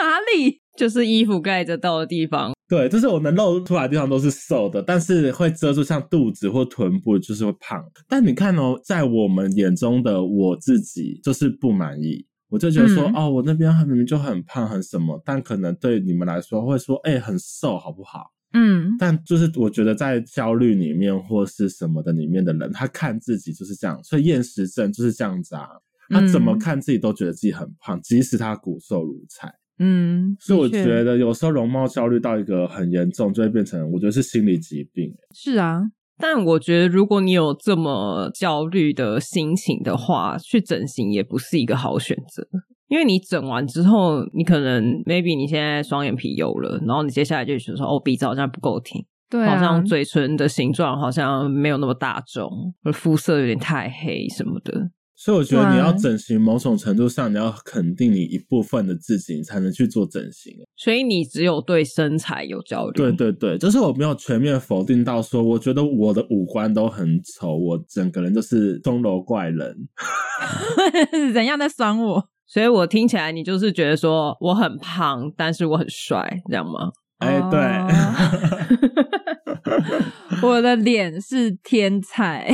B: 哪里？
A: 就是衣服盖着到的地方，
C: 对，就是我能露出来的地方都是瘦的，但是会遮住像肚子或臀部，就是会胖。但你看哦，在我们眼中的我自己就是不满意，我就觉得说，
A: 嗯
C: 哦，我那边很明明就很胖很什么，但可能对你们来说会说，哎、很瘦好不好？
B: 嗯，
C: 但就是我觉得在焦虑里面或是什么的里面的人，他看自己就是这样，所以厌食症就是这样子啊。他怎么
B: 嗯
C: 看自己都觉得自己很胖，即使他骨瘦如柴。
B: 嗯，
C: 所以我
B: 的确
C: 觉得有时候容貌焦虑到一个很严重，就会变成我觉得是心理疾病。欸
B: 是啊，
A: 但我觉得如果你有这么焦虑的心情的话，去整形也不是一个好选择。因为你整完之后，你可能 maybe 你现在双眼皮有了，然后你接下来就觉得说，哦，鼻子好像不够挺，
B: 对啊，
A: 好像 嘴唇的形状好像没有那么大众，而肤色有点太黑什么的。
C: 所以我觉得你要
B: 对
C: 整形，某种程度上你要肯定你一部分的自己，你才能去做整形。啊
A: 所以你只有对身材有焦虑，
C: 对
B: 嗯
C: 对对，就是我没有全面否定到说，我觉得我的五官都很丑，我整个人就是钟楼怪人。
B: 怎样在酸 我？
A: 所以我听起来你就是觉得说我很胖，但是我很帅，这样吗？
C: 哎、
B: 哦
C: 对，
B: 我的脸是天 才，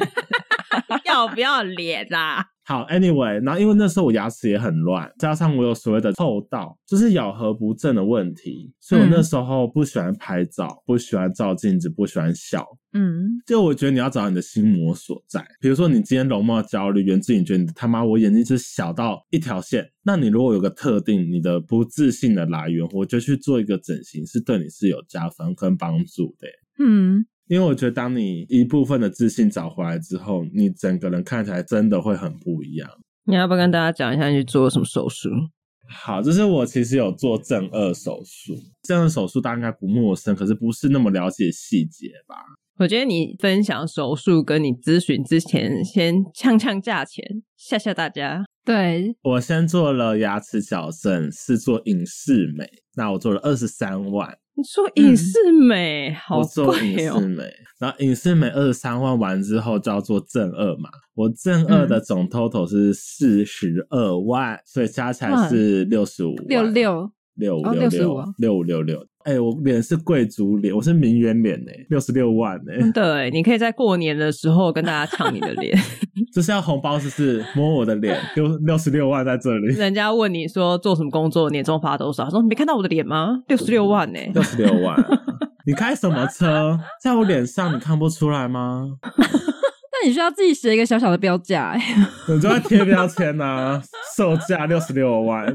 A: 要不要脸啊？
C: 好，anyway，然后因为那时候我牙齿也很乱，加上我有所谓的厚道，就是咬合不正的问题，所以我
B: 嗯
C: 那时候不喜欢拍照，不喜欢照镜子，不喜欢笑。
B: 嗯，
C: 就我觉得你要找你的心魔所在，比如说你今天容貌焦虑，源自于你觉得你他妈我眼睛是小到一条线，那你如果有个特定你的不自信的来源，我觉得去做一个整形是对你是有加分跟帮助的耶。
B: 嗯，
C: 因为我觉得当你一部分的自信找回来之后，你整个人看起来真的会很不一样。
A: 你要不要跟大家讲一下你去做了什么手术？
C: 好，就是我其实有做正颚手术，正颚手术大家应该不陌生，可是不是那么了解细节吧？
A: 我觉得你分享手术跟你咨询之前，先呛呛价钱，吓吓大家。
B: 对，
C: 我先做了牙齿矫正，是做隐适美。那我做了二十三万，
A: 你说隐适美、好
C: 我做隐
A: 贵
C: 适
A: 哦，
C: 美，然后隐适美二十三万完之后就要做正二嘛。我正二的总 total 是四十二万，所以加起来是六十五，
B: 六六，
C: 六五
B: 哦
C: 六
B: 65
C: 六
B: 啊
C: 六五六六。哎，我脸是贵族脸，我是名媛脸哎，六十六万哎、
A: 真的耶，欸你可以在过年的时候跟大家呛你的 脸。
C: 就是要红包，就是摸我的脸，六六十六万在这里，
A: 人家问你说做什么工作，年终发多少？他说你没看到我的脸吗？六十六万欸呢、
C: 六十六万。啊你开什么车？在我脸上你看不出来吗？
B: 那你需要自己写一个小小的标价、哎
C: 你就会贴标签啊，售价六十六万。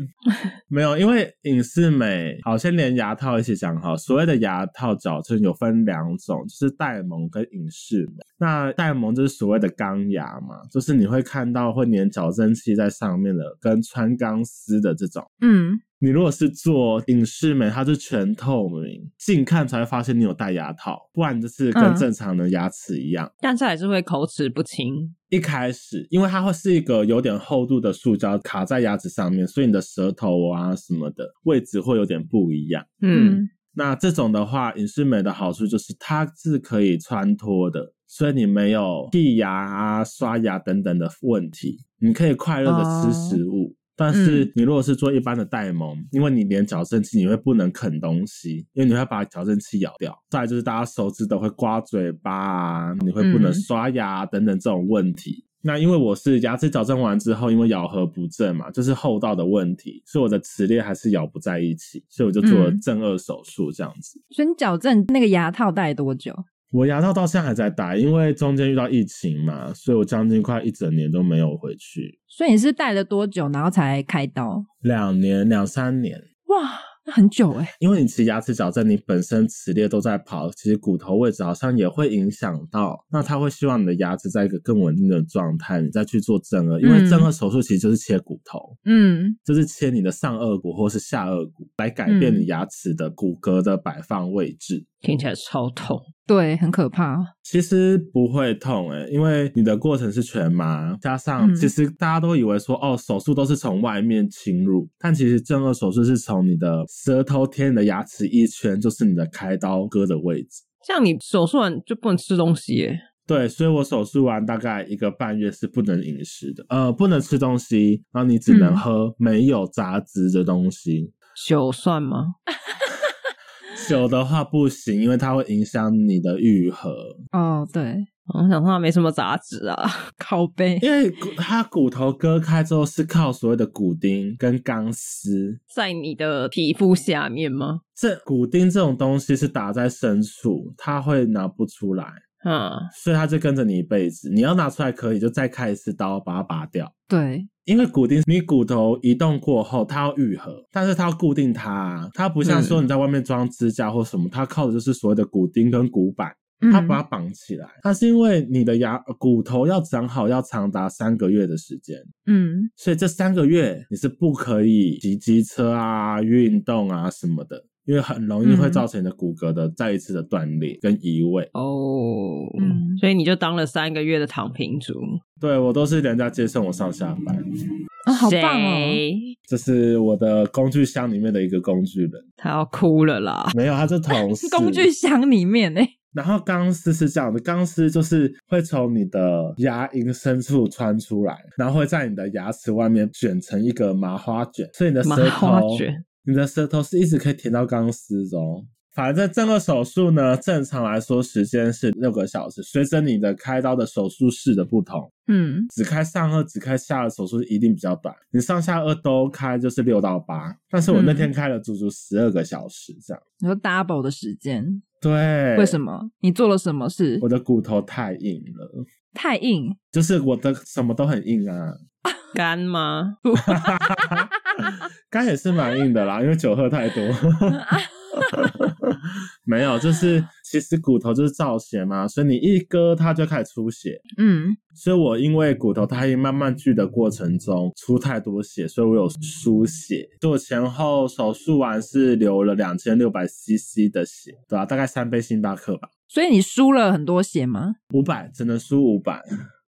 C: 没有，因为隐适美，好，先连牙套一起讲好。所谓的牙套矫正有分两种，就是戴蒙跟隐适美。那戴蒙就是所谓的钢牙嘛，就是你会看到会粘矫正器在上面的，跟穿钢丝的这种。
B: 嗯，
C: 你如果是做隐适美，它是全透明，近看才会发现你有戴牙套，不然就是跟
B: 嗯
C: 正常的牙齿一样。
A: 但是还是会口齿不清。
C: 一开始，因为它会是一个有点厚度的塑胶卡在牙齿上面，所以你的舌头啊什么的位置会有点不一样。
A: 嗯，
C: 那这种的话，隐适美的好处就是它是可以穿脱的，所以你没有剔牙啊、刷牙等等的问题，你可以快乐的吃食物。但是你如果是做一般的戴蒙，因为你连矫正器你会不能啃东西，因为你会把矫正器咬掉。再来就是大家熟知的会刮嘴巴啊，你会不能
B: 嗯
C: 刷牙、啊、等等这种问题。那因为我是牙齿矫正完之后，因为咬合不正嘛，就是厚道的问题，所以我的齿列还是咬不在一起，所以我就做了
B: 嗯
C: 正颚手术这样子。
B: 所以你矫正那个牙套戴多久？
C: 我牙套到现在还在戴，因为中间遇到疫情嘛，所以我将近快一整年都没有回去，
B: 所以你是戴了多久，然后才开刀？
C: 两年两三年。
B: 哇，那很久哎、
C: 因为你其实牙齿矫正，你本身齿列都在跑，其实骨头位置好像也会影响到。那他会希望你的牙齿在一个更稳定的状态，你再去做正颚，因为
B: 嗯
C: 正颚手术其实就是切骨头。
B: 嗯
C: 就是切你的上颚骨或是下颚骨来改变你牙齿的骨骼的摆放位置。
A: 听起来超痛。
B: 对，很可怕。
C: 其实不会痛诶、因为你的过程是全麻，加上
B: 嗯
C: 其实大家都以为说、哦，手术都是从外面侵入，但其实正颌手术是从你的舌头贴你的牙齿一圈，就是你的开刀割的位置。
A: 像你手术完就不能吃东西耶，
C: 对，所以我手术完大概一个半月是不能饮食的，呃，不能吃东西，然后你只能
B: 嗯
C: 喝没有杂质的东西。
A: 酒算吗？
C: 酒的话不行，因为它会影响你的愈合，
B: 哦，对，
A: 我想说它没什么杂质啊，
B: 靠背
C: 因为骨它骨头割开之后是靠所谓的骨钉跟钢丝。
A: 在你的皮肤下面吗？
C: 这骨钉这种东西是打在深处，它会拿不出来，
A: 嗯，
C: 所以它就跟着你一辈子。你要拿出来可以，就再开一次刀把它拔掉。
B: 对，
C: 因为骨钉，你骨头移动过后，它要愈合，但是它要固定它啊，它不像说你在外面装支架或什么，它靠的就是所谓的骨钉跟骨板，
B: 嗯
C: 它把它绑起来。它是因为你的牙骨头要长好，要长达三个月的时间，
B: 嗯
C: 所以这三个月你是不可以骑机车啊、运动啊什么的，因为很容易会
B: 嗯
C: 造成你的骨骼的再一次的断裂跟移位。
A: 哦，
B: 嗯
A: 所以你就当了三个月的躺平族，
C: 对我都是人家接送我上下班，
B: 啊，好棒哦！
A: 谁
C: 这是我的工具箱里面的一个工具人。
A: 他要哭了啦！
C: 没有，他是同事。
B: 工具箱里面 哎、
C: 然后钢丝是这样的，钢丝就是会从你的牙龈深处穿出来，然后会在你的牙齿外面卷成一个麻花卷，所以你的
A: 麻
C: 舌
A: 花
C: 头
A: 卷，
C: 你的舌头是一直可以舔到钢丝的哦。反正这个手术呢，正常来说时间是六个小时，随着你的开刀的手术室的不同，
B: 嗯，
C: 只开上颚、只开下颚手术一定比较短，你上下颚都开就是六到八，但是我那天开了足足十二个小时这样。
B: 你说 double 的时间，
C: 对，
B: 为什？么？你做了什么事
C: 我？的骨头太硬了，
B: 太硬，
C: 就是我的什么都很硬啊，
A: 干吗？
C: 肝也是蛮硬的啦，因为酒喝太多。 没有，就是其实骨头就是造血嘛，所以你一割它就开始出血。
B: 嗯
C: 所以我因为骨头太硬，慢慢锯的过程中出太多血，所以我有输血。所以我前后手术完是流了两千六百 CC 的血，对吧、大概三杯星巴克吧，
B: 所以你输了很多血吗？
C: 五百只能输五百。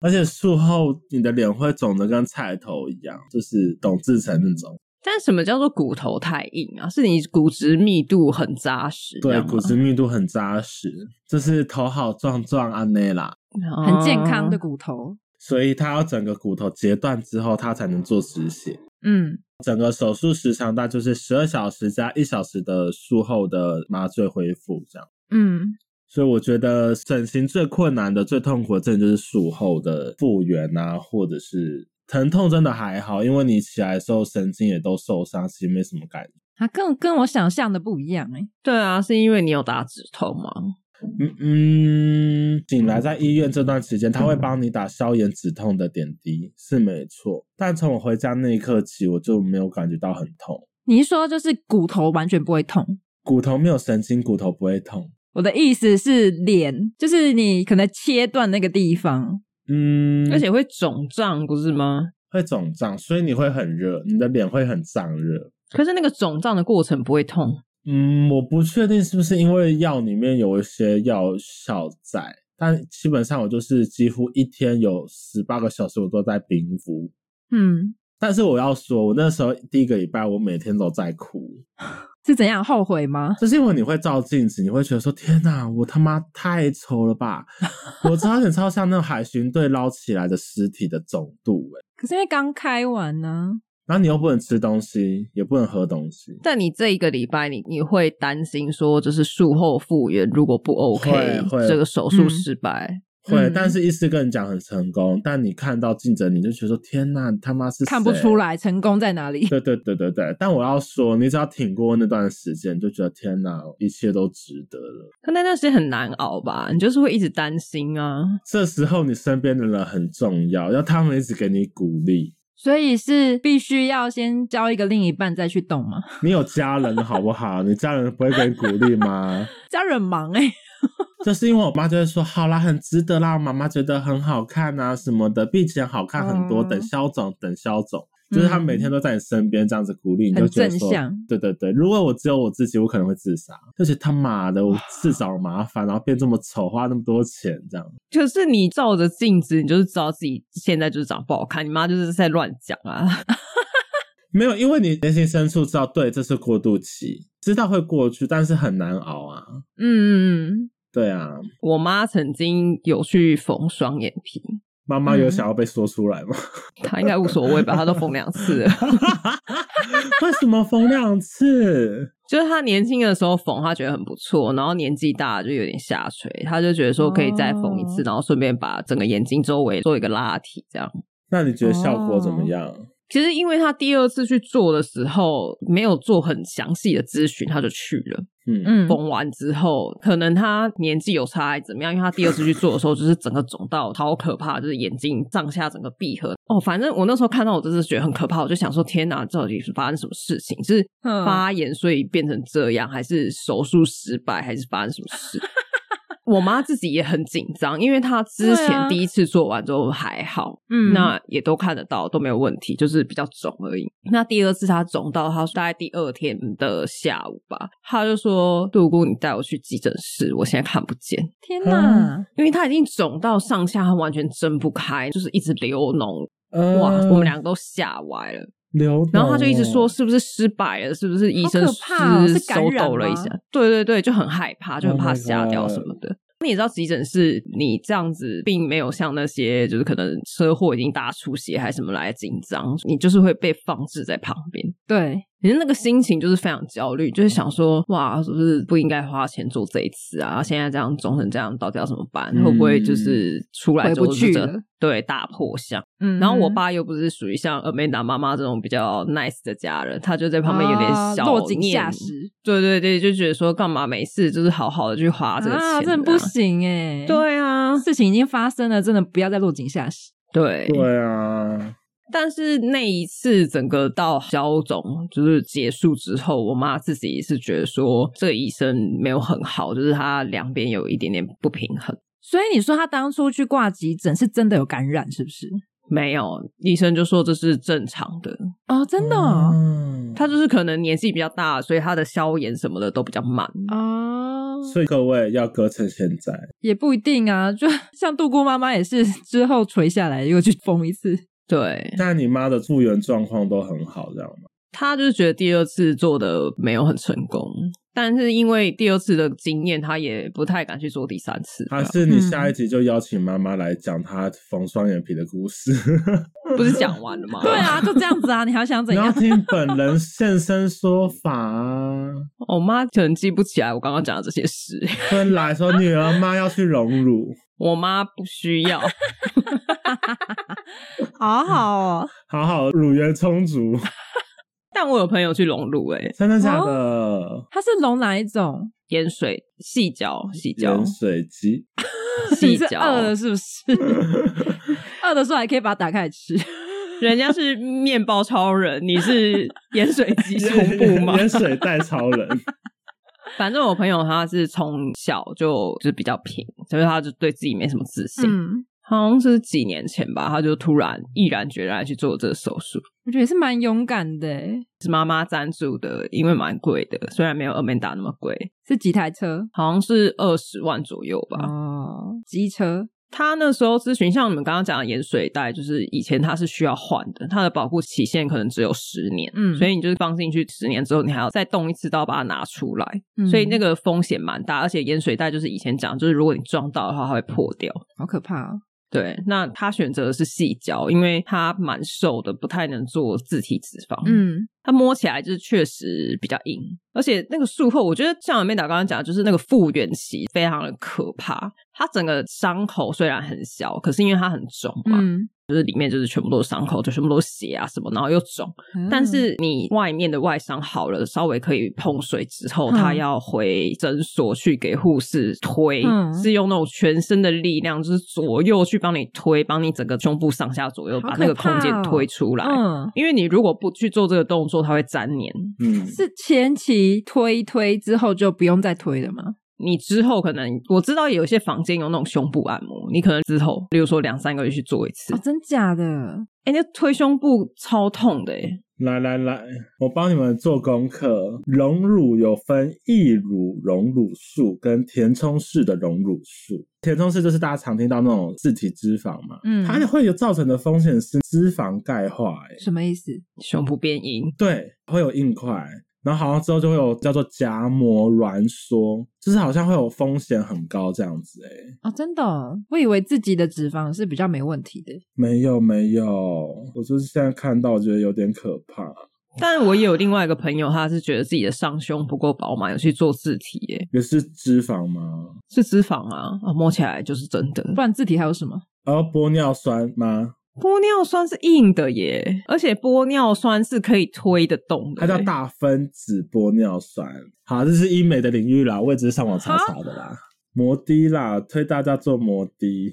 C: 而且术后你的脸会肿的跟菜头一样，就是董志成那种。
A: 但什么叫做骨头太硬啊？是你骨质密度很扎实，这
C: 对，
A: 样吗
C: 骨质密度很扎实，就是头好壮壮啊内啦，
B: 很健康
A: 哦
C: 哦
B: 的。骨头，
C: 所以它要整个骨头截断之后，它才能做止血。
B: 嗯
C: 整个手术时长大概就是十二小时加一小时的术后的麻醉恢复这样。
B: 嗯
C: 所以我觉得整形最困难的、最痛苦的，真的就是术后的复原啊，或者是疼痛真的还好，因为你起来的时候神经也都受伤，其实没什么感觉。
B: 它跟跟我想象的不一样哎、
A: 对啊，是因为你有打止痛吗？
C: 嗯嗯，醒来在医院这段时间，他会帮你打消炎止痛的点滴，是没错。但从我回家那一刻起，我就没有感觉到很痛，
B: 你一说就是骨头完全不会痛。
C: 骨头没有神经，骨头不会痛。
B: 我的意思是脸，就是你可能切断那个地方，
C: 嗯，
A: 而且会肿胀，不是吗？
C: 会肿胀，所以你会很热，你的脸会很胀热。
A: 可是那个肿胀的过程不会痛，
C: 嗯，我不确定是不是因为药里面有一些药效在，但基本上我就是几乎一天有十八个小时我都在冰敷。
B: 嗯，
C: 但是我要说，我那时候第一个礼拜，我每天都在哭，
B: 是怎样后悔吗？
C: 就是因为你会照镜子，你会觉得说：“天哪，我他妈太丑了 吧！”我差点超像那种海巡队捞起来的尸体的肿度、欸，
B: 可是因为刚开完呢、
C: 然后你又不能吃东西，也不能喝东西。
A: 但你这一个礼拜你，你会担心说，就是术后复原如果不 OK，
C: 会会
A: 这个手术
B: 嗯
A: 失败，
C: 会，
B: 嗯
C: 但是医师跟你讲很成功，但你看到竞争，你就觉得说：“天哪，你他妈是
B: 看不
C: 谁
B: 出。来成功在哪里。
C: 对对对对对，但我要说，你只要挺过那段时间，就觉得天哪，一切都值得了。
A: 可那段时间很难熬吧？你就是会一直担心啊。
C: 这时候你身边的人很重要，要他们一直给你鼓励。
B: 所以是必须要先交一个另一半再去动吗？
C: 你有家人好不好？你家人不会给你鼓励 吗？
B: 家人忙哎、
C: 就是因为我妈就会说，好啦，很值啊得啦，妈妈觉得很好看啊什么的，比以前好看很多，
B: 嗯
C: 等消肿，等消肿。就是他每天都在你身边这样子鼓励，你就
B: 嗯很
C: 觉得
B: 正
C: 说
B: 向
C: 对对对，如果我只有我自己，我可能会自杀，就是他妈的，我自找麻烦，然后变这么丑，花那么多钱这样。
A: 可是你照着镜子，你就是知道自己现在就是长不好看。你妈就是在乱讲啊，
C: 没有，因为你内心深处知道，对，这是过渡期，知道会过去，但是很难熬啊。
B: 嗯，
C: 对啊，
A: 我妈曾经有去缝双眼皮，
C: 妈妈有
B: 嗯
C: 想要被说出来吗？
A: 她应该无所谓吧，她都缝两次了。
C: 为什么缝两次？
A: 就是她年轻的时候缝，她觉得很不错，然后年纪大了就有点下垂，她就觉得说可以再缝一次，
B: 哦
A: 然后顺便把整个眼睛周围做一个拉提，这样。
C: 那你觉得效果怎么样？
A: 其实，因为她第二次去做的时候，没有做很详细的咨询，她就去了。
C: 嗯
B: 嗯
A: 缝完之后，可能他年纪有差还是怎么样，因为他第二次去做的时候，就是整个肿到超可怕，就是眼睛上下整个闭合。哦，反正我那时候看到，我真是觉得很可怕，我就想说，天哪，到底是发生什么事情？是
B: 嗯
A: 发炎所以变成这样，还是手术失败，还是发生什么事？ 我妈自己也很紧张，因为她之
B: 对
A: 前
B: 啊
A: 第一次做完之后还好，
B: 嗯
A: 那也都看得到，都没有问题，就是比较肿而已。那第二次他肿到，他大概第二天的下午吧，他就说：“杜姑，你带我去急诊室，我现在看不见，
B: 天哪，
A: 因为他已经肿到上下，他完全睁不开，就是一直流脓。
C: 呃
A: 嗯哇，我们两个都吓歪了。
C: 流，
A: 然后他就一直说：“是不是失败了？是不是医生
B: 哦好可怕哦
A: 失
B: 是
A: 手
B: 感染
A: 抖了一下
B: 吗？”
A: 对对对，就很害怕，就很
C: Oh
A: 怕
C: my
A: 吓掉什么的。那你知道急诊室，你这样子并没有像那些就是可能车祸已经大出血还是什么来得紧张，你就是会被放置在旁边。
B: 对，
A: 你的那个心情就是非常焦虑，就是想说，哇，是不是不应该花钱做这一次啊？现在这样肿成这样，到底要怎么办？
C: 嗯
A: 会不会就是出来之后
B: 回不去
A: 就真的
B: 了
A: 对大破相？
B: 嗯
A: 然后我爸又不是属于像 Amanda 妈妈这种比较 nice 的家人，他就在旁边有点
B: 啊
A: 小
B: 落井
A: 念
B: 下石
A: 对对对，就觉得说干嘛没事，就是好好的去花这个钱、
B: 啊，真的不。行哎，
A: 对啊，
B: 事情已经发生了，真的不要再落井下石。
A: 对。
C: 对啊，
A: 但是那一次整个到消肿就是结束之后，我妈自己是觉得说这个医生没有很好，就是他两边有一点点不平衡。
B: 所以你说他当初去挂急诊是真的有感染，是不是？
A: 没有，医生就说这是正常的，
B: 哦，真的哦，
C: 嗯
A: 他就是可能年纪比较大，所以他的消炎什么的都比较慢。
B: 哦
C: 所以各位要隔成现在，
B: 也不一定啊。就 像杜姑妈妈也是之后垂下来又去缝一次，
A: 对，
C: 但你妈的复原状况都很好，知道吗？
A: 他就是觉得第二次做的没有很成功，但是因为第二次的经验，他也不太敢去做第三次。
C: 还是你下一集就邀请妈妈来讲她缝双眼皮的 故事，
A: 不是讲完了吗？
B: 对，啊，就这样子啊，你还想怎
C: 你要
B: 样？
C: 听本人现身说法啊。
A: 我妈可能记不起来我刚刚讲的这些事。
C: 分来说，女儿妈要去荣辱，
A: 我妈不需要，
B: 好好哦，
C: 好好乳源充足，
A: 但我有朋友去隆乳、欸，
C: 真的假的？
A: 哦
B: 它是龙哪一种？
A: 盐水细脚，细脚
C: 盐，水鸡，
A: 细
B: 你是
A: 脚，
B: 饿了是不 是？饿的时候还可以把它打开来吃。
A: 人家是面包超人，你是盐水鸡胸 部吗？
C: 盐水带超人，
A: 反正我朋友他是从小就就是比较平，所以他就对自己没什么自信。
B: 嗯，
A: 好像是几年前吧，他就突然毅然决然地去做这个手术，
B: 我觉得也是蛮勇敢的欸，
A: 是妈妈赞助的，因为蛮贵的，虽然没有 Amanda 那么贵，
B: 是几台车？
A: 好像是二十万左右吧。
B: 哦，机车。
A: 他那时候咨询，像你们刚刚讲的盐水袋，就是以前它是需要换的，它的保护期限可能只有十年，
B: 嗯
A: 所以你就是放进去十年之后，你还要再动一次刀把它拿出来，
B: 嗯
A: 所以那个风险蛮大，而且盐水袋就是以前讲，就是如果你撞到的话，它会破掉。
B: 好可怕哦！
A: 对，那他选择的是细胶，因为他蛮瘦的，不太能做自体脂肪。，
B: 嗯，
A: 他摸起来就是确实比较硬，而且那个术后，我觉得像美达刚刚讲的，就是那个复原期非常的可怕。他整个伤口虽然很小，可是因为它很肿嘛，
B: 嗯，
A: 就是里面就是全部都是伤口，就全部都是血啊什么，然后又肿。
B: 嗯
A: 但是你外面的外伤好了，稍微可以碰水之后，
B: 嗯
A: 他要回诊所去给护士推，
B: 嗯
A: 是用那种全身的力量，就是左右去帮你推，帮你整个胸部上下左右
B: 好
A: 把
B: 可
A: 那个空间
B: 怕哦
A: 推出来。
B: 嗯，
A: 因为你如果不去做这个动作，它会粘黏。
C: 嗯，
B: 是前期推一推之后就不用再推了吗？
A: 你之后可能我知道有些房间有那种胸部按摩，你可能之后，例如说两三个月去做一次
B: 哦，，真假的？
A: 哎、那推胸部超痛的、欸，
C: 来来来，我帮你们做功课。荣乳有分溢乳荣乳素跟填充式的荣乳素。填充式就是大家常听到那种自体脂肪嘛，
B: 嗯
C: 它会有造成的风险是脂肪钙化、欸，
B: 什么意思？
A: 胸部变硬，
C: 对，会有硬块，然后好像之后就会有叫做荚膜挛缩，就是好像会有风险很高这样子、欸，
B: 哦，真的哦、我以为自己的脂肪是比较没问题的。
C: 没有没有，我就是现在看到我觉得有点可怕。
A: 但我也有另外一个朋友，他是觉得自己的上胸不够饱满，有去做自体、欸，
C: 也是脂肪吗？
A: 是脂肪啊，啊，摸起来就是真的。
B: 不然字体还有什么？
C: 然后哦玻尿酸吗？
A: 玻尿酸是硬的耶，而且玻尿酸是可以推得动的
C: 它
A: 耶，
C: 叫大分子玻尿酸。好，这是医美的领域啦，我也只是上网查查的啦。摩的啦，推大家做摩的。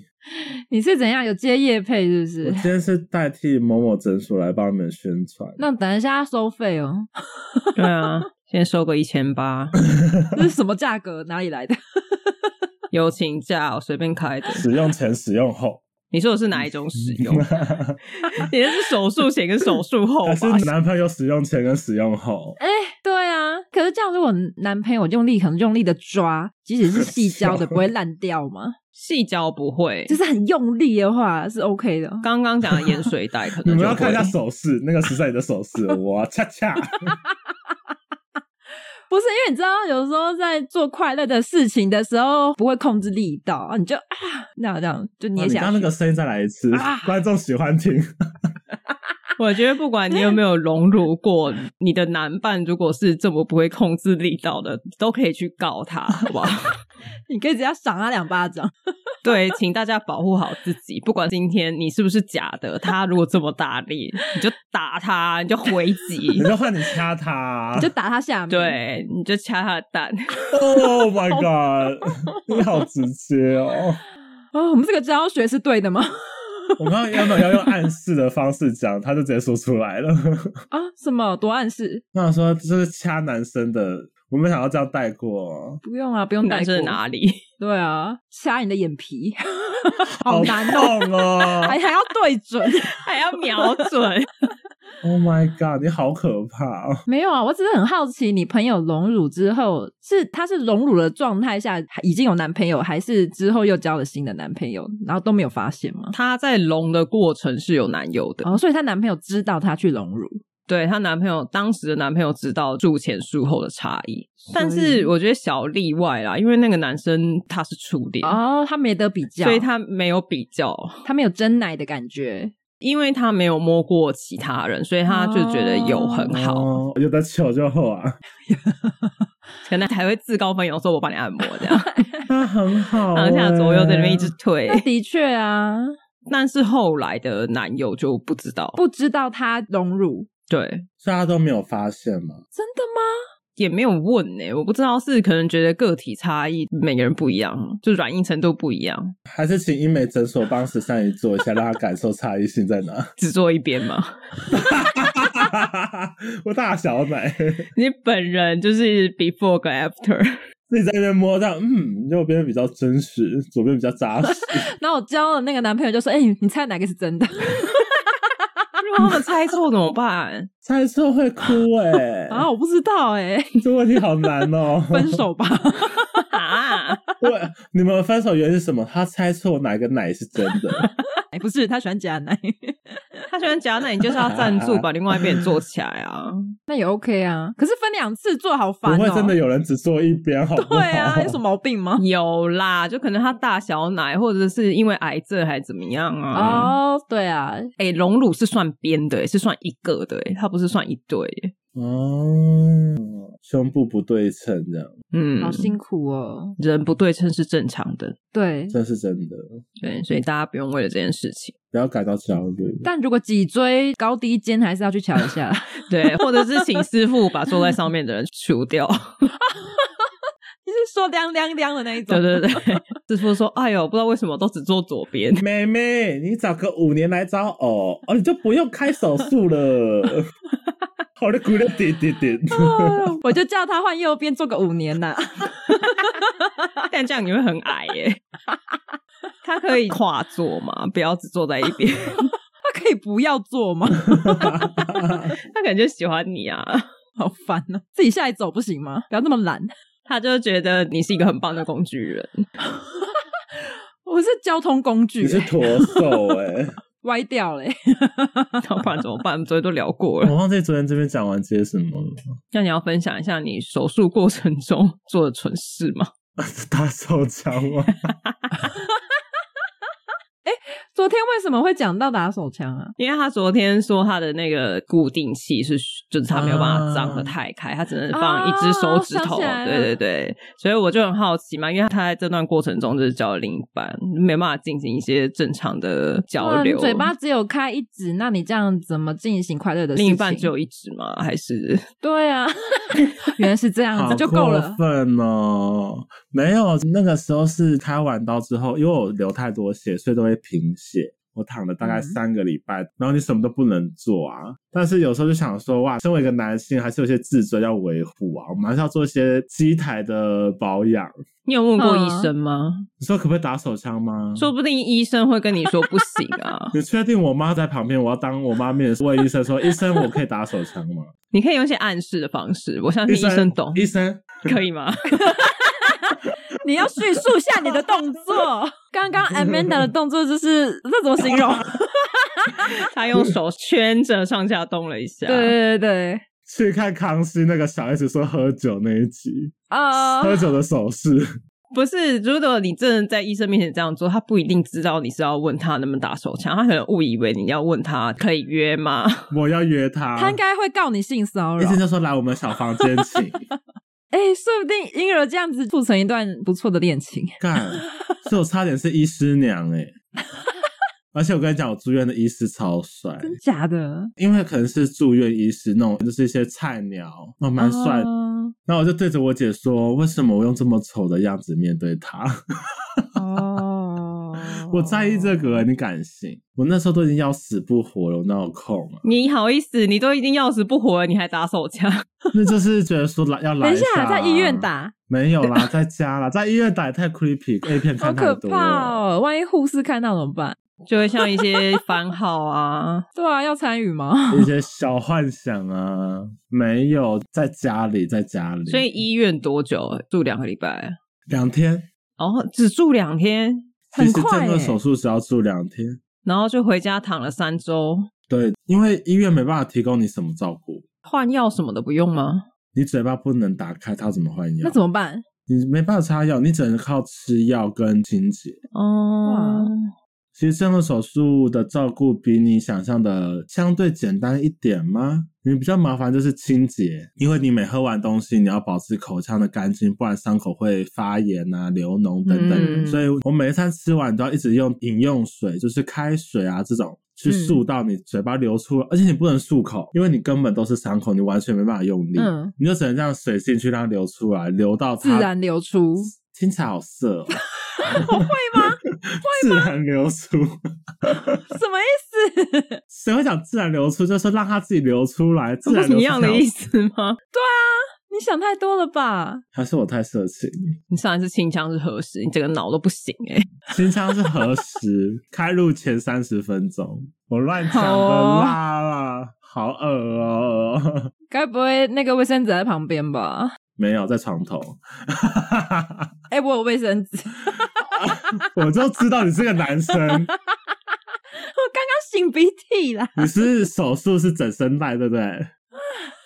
B: 你是怎样有接业配是不
C: 我
B: 是？
C: 今天是代替某某诊所来帮你们宣传。
B: 那等一下要收费哦，
A: 对啊，先收个一千八，
B: 这是什么价格？哪里来的？
A: 友情价我随便开的。
C: 使用前、使用后，
A: 你说的是哪一种使用？ 你那是手术前跟手术后
C: 还
A: 吧？
C: 是男朋友使用前跟使用后？
B: 哎、对啊，可是这样，如果男朋友用力，可能用力的抓，即使是细胶的，不会烂掉吗？
A: 细胶不会，
B: 就是很用力的话是 OK 的。
A: 刚刚讲的盐水袋可
C: 你
A: 能
C: 们
A: 就
C: 要看一下
A: 会
C: 手势，那个十三姨的 手势，哇恰恰。
B: 不是因为你知道，有时候在做快乐的事情的时候，不会控制力道啊，你就啊，那这样就
C: 啊
B: 捏
C: 你
B: 下
C: 刚
B: 去。
C: 那个声音再来一次
B: 啊，
C: 观众喜欢听。
A: 我觉得不管你有没有荣辱过，你的男伴如果是这么不会控制力道的，都可以去告他，好不好？
B: 你可以直接赏他两巴掌。
A: 对，请大家保护好自己。不管今天你是不是假的，他如果这么大力，你就打他，你就回击
C: 你，就换你掐他，啊
B: 你就打他下面。，
A: 对，你就掐他的 蛋。
C: Oh my god！你好直接哦。
B: 哦，我们这个教学是对的吗？
C: 我刚刚原本要用暗示的方式讲，他就直接说出来了。
B: 啊，什么多暗示？
C: 那我说这是掐男生的，我没想要这样带过，哦
B: 不用啊，不用带
A: 男
B: 过
A: 生。哪里？
B: 对啊，掐你的眼皮， 好难哦，
C: 痛 哦
B: 还还要对 准。
A: 还要瞄准？
C: ！Oh my god！你好可怕哦。
B: 没有啊，我只是很好奇，你朋友荣辱之后，是他是荣辱的状态下还已经有男朋友，还是之后又交了新的男朋友，然后都没有发现吗？
A: 她在隆的过程是有男友的，
B: 哦，所以她男朋友知道她去荣辱，
A: 对她男朋友当时的男朋友知道术前术后的差异，但
B: 所以
A: 是我觉得小例外啦，因为那个男生他是初恋，
B: 哦，她没得比较，
A: 所以他没有比较，
B: 她没有真奶的感觉，
A: 因为他没有摸过其他人，所以他就觉得有很好，
C: 哦，有的求就后啊，
A: 可能还会自告奋勇说我帮你按摩 这样，
C: 那很好、欸。
A: 上下左右在那边一直推
B: 那。的确啊，
A: 但是后来的男友就不知道，
B: 不知道她荣辱，
A: 对，
C: 所以他都没有发现嘛。
B: 真的吗？
A: 也没有问呢、我不知道是可能觉得个体差异，每个人不一样，就软硬程度不一样，
C: 还是请医美诊所帮十三姨做一下，让她感受差异性在哪。
A: 只做一边嘛。
C: 我大小奶，
A: 你本人就是 before 跟 after，
C: 自己在那边摸到，嗯，右边比较真实，左边比较扎实。
B: 然后我交了那个男朋友就说，哎、你猜哪个是真的？
A: 如果他们猜错怎么 办？
C: 猜错会哭哎、
B: 啊，我不知道哎、
C: 这问题好难哦、
B: 分手吧，
A: 啊，
C: 我你们分手原因是什么？他猜错哪个奶是真的，
B: 哎，不是，他喜欢假奶，
A: 他喜欢假奶，你就是要赞 助把另外一边做起来啊。
B: 那也 OK 啊，可是分两次做好
C: 不
B: 烦、哦，
C: 会真的有人只做一边，好不好？
B: 对 啊，有什么毛病吗？
A: 有啦，就可能他大小奶，或者是因为癌症还怎么样啊？
B: 哦、对啊，
A: 哎、隆乳是算边的、是算一个的、它不是算一对、
C: 哦，胸部不对称这样，
A: 嗯
B: 好，辛苦哦。
A: 人不对称是正常的，
B: 对，
C: 这是真的，
A: 对，所以大家不用为了这件事情，
C: 不要感到焦虑。
B: 但如果脊椎高低肩还是要去瞧一 下，
A: 对，或者是请师傅把坐在上面的人除掉。
B: 你是说凉凉凉的那一种
A: 对对对，师 傅说：“哎呦，不知道为什么都只做左 边。
C: 妹妹，你找个五年来找偶，哦，你就不用开手术了。好的，鼓的点点点。
B: 哦我就叫他换右边做个五年呐、
A: 但这样你会很矮耶。他可以跨坐嘛，不要只坐在一边。
B: 他可以不要做吗？
A: 他感觉喜欢你啊，
B: 好烦哦、自己下来走不行吗？不要那么懒。
A: 他就觉得你是一个很棒的工具人。
B: 我是交通工具、
C: 你是
B: 欸，
C: 驼兽哎！
B: 歪掉欸嘞、
A: 要不然怎么办？我们昨天都聊过了
C: 我。忘记昨天这边讲完些什么了。
A: 那你要分享一下你手术过程中 做的蠢事吗？
C: 大手枪 吗？
B: 昨天为什么会讲到打手枪啊？
A: 因为他昨天说他的那个固定器是，就是他没有办法张得太开，他只能放一只手指
B: 啊啊我想
A: 头。
B: 起来了
A: 对对对，所以我就很好奇嘛，因为他在这段过程中就是交流另一半，没办法进行一些正常的交
B: 对啊
A: 流。
B: 你嘴巴只有开一指，那你这样怎么进行快乐的事情？
A: 另一半只有一只吗？还是
B: 对 啊，原来是啊这样
C: 好
B: 子就够
C: 过
B: 了。
C: 分哦！没有，那个时候是开完刀之后，因为我流太多血，所以都会贫血。我躺了大概
B: 嗯
C: 三个礼拜，然后你什么都不能做啊。但是有时候就想说，哇，身为一个男性，还是有些自尊要维护啊。我们还是要做一些机台的保养。
A: 你有问过
B: 嗯
A: 医生吗？
C: 你说可不可以打手枪吗？。
A: 说不定医生会跟你说不行啊
C: 你确定我妈在旁边，我要当我妈面问医生说：“医生，我可以打手枪吗
A: 你可以用一些暗示的方式， 我相？”信医生懂，
C: 医生，
A: 可以吗？
B: 你要叙述一下你的动 作。刚刚 Amanda 的动作就是这怎么形容？
A: 他用手圈着上下动了一下。
B: 对 对对对，
C: 去看康熙那个小 S 说喝酒那一集，
B: 呃，
C: 喝酒的手势。
A: 不是，如果你真的在医生面前这样做，他不一定知道你是要问他能不能打手枪，他可能误以为你要问他可以约吗？
C: 我要约他。
B: 他应该会告你性骚
C: 医
B: 扰
C: 生。就说来我们小房间 请
B: 哎、说不定因而这样子促成一段不错的恋情。
C: 干，所以我差点是医师娘哎、 而且我跟你讲，我住院的医师超帅，
B: 真假的？
C: 因为可能是住院医师那种，就是一些菜鸟，那种蛮帅的。
B: 哦
C: 那、我就对着我姐说，为什么我用这么丑的样子面对他？
B: 呃哦
C: 我在意这个、你敢信？我那时候都已经要死不活了，我哪有空啊？
A: 你好意思，你都已经要死不活了，你还打手枪？
C: 那就是觉得说来要来
B: 等一
C: 下
B: 下，
C: 啊
B: 在医院。打，
C: 没有啦，在家啦，在医院打也太 creepy A 片
B: 好
C: 看太
B: 可
C: 多了，
B: 怕哦！万一护士看到怎么办？
A: 就会像一些番号啊，
B: 对啊，要参与吗？
C: 一些小幻想啊，没有在家里，在家里，
A: 所以医院多久住两个礼拜？
C: 两天，
A: 然后只住两天，
C: 其
B: 很
C: 实
B: 快欸
C: 整个
B: 耶
C: 手术只要住两天，
A: 然后就回家躺了三周，
C: 对，因为医院没办法提供你什么照顾，
A: 换药什么的不用吗？
C: 你嘴巴不能打开，他怎么换药？
B: 那怎么办？
C: 你没办法擦药，你只能靠吃药跟清洁。
A: 哦、
C: 其实这个手术的照顾比你想象的相对简单一点吗？你比较麻烦就是清洁，因为你每喝完东西，你要保持口腔的干净，不然伤口会发炎啊、流脓等等。
A: 嗯
C: 所以我每一餐吃完都要一直用饮用水，就是开水啊这种。
B: 嗯
C: 去漱到你嘴巴流出来，而且你不能漱口，因为你根本都是伤口，你完全没办法用力，
B: 嗯
C: 你就只能让水进去，让它流出来，流到它
B: 自然流出，
C: 听起来 好色、哦， 我会吗？会吗？自然流出，
B: 什么意思？
C: 谁会想自然流出？就是让它自己流出来，自
A: 这不
C: 然
A: 是
C: 流
A: 一
C: 出
A: 样的意。思 吗？
B: 你想太多了吧？
C: 还是我太色情？
A: 你上一次清腔是何时？你整个脑都不行哎、
C: 清腔是何时开录前三十分钟？我乱讲的
B: 好哦
C: 啦啦，好恶哦！
B: 该不会那个卫生纸在旁边吧？
C: 没有在床头，
B: 哎、我有卫生纸， 我
C: 我就知道你是个男生，
B: 刚刚擤鼻涕啦。
C: 你是手术是整声带对不对？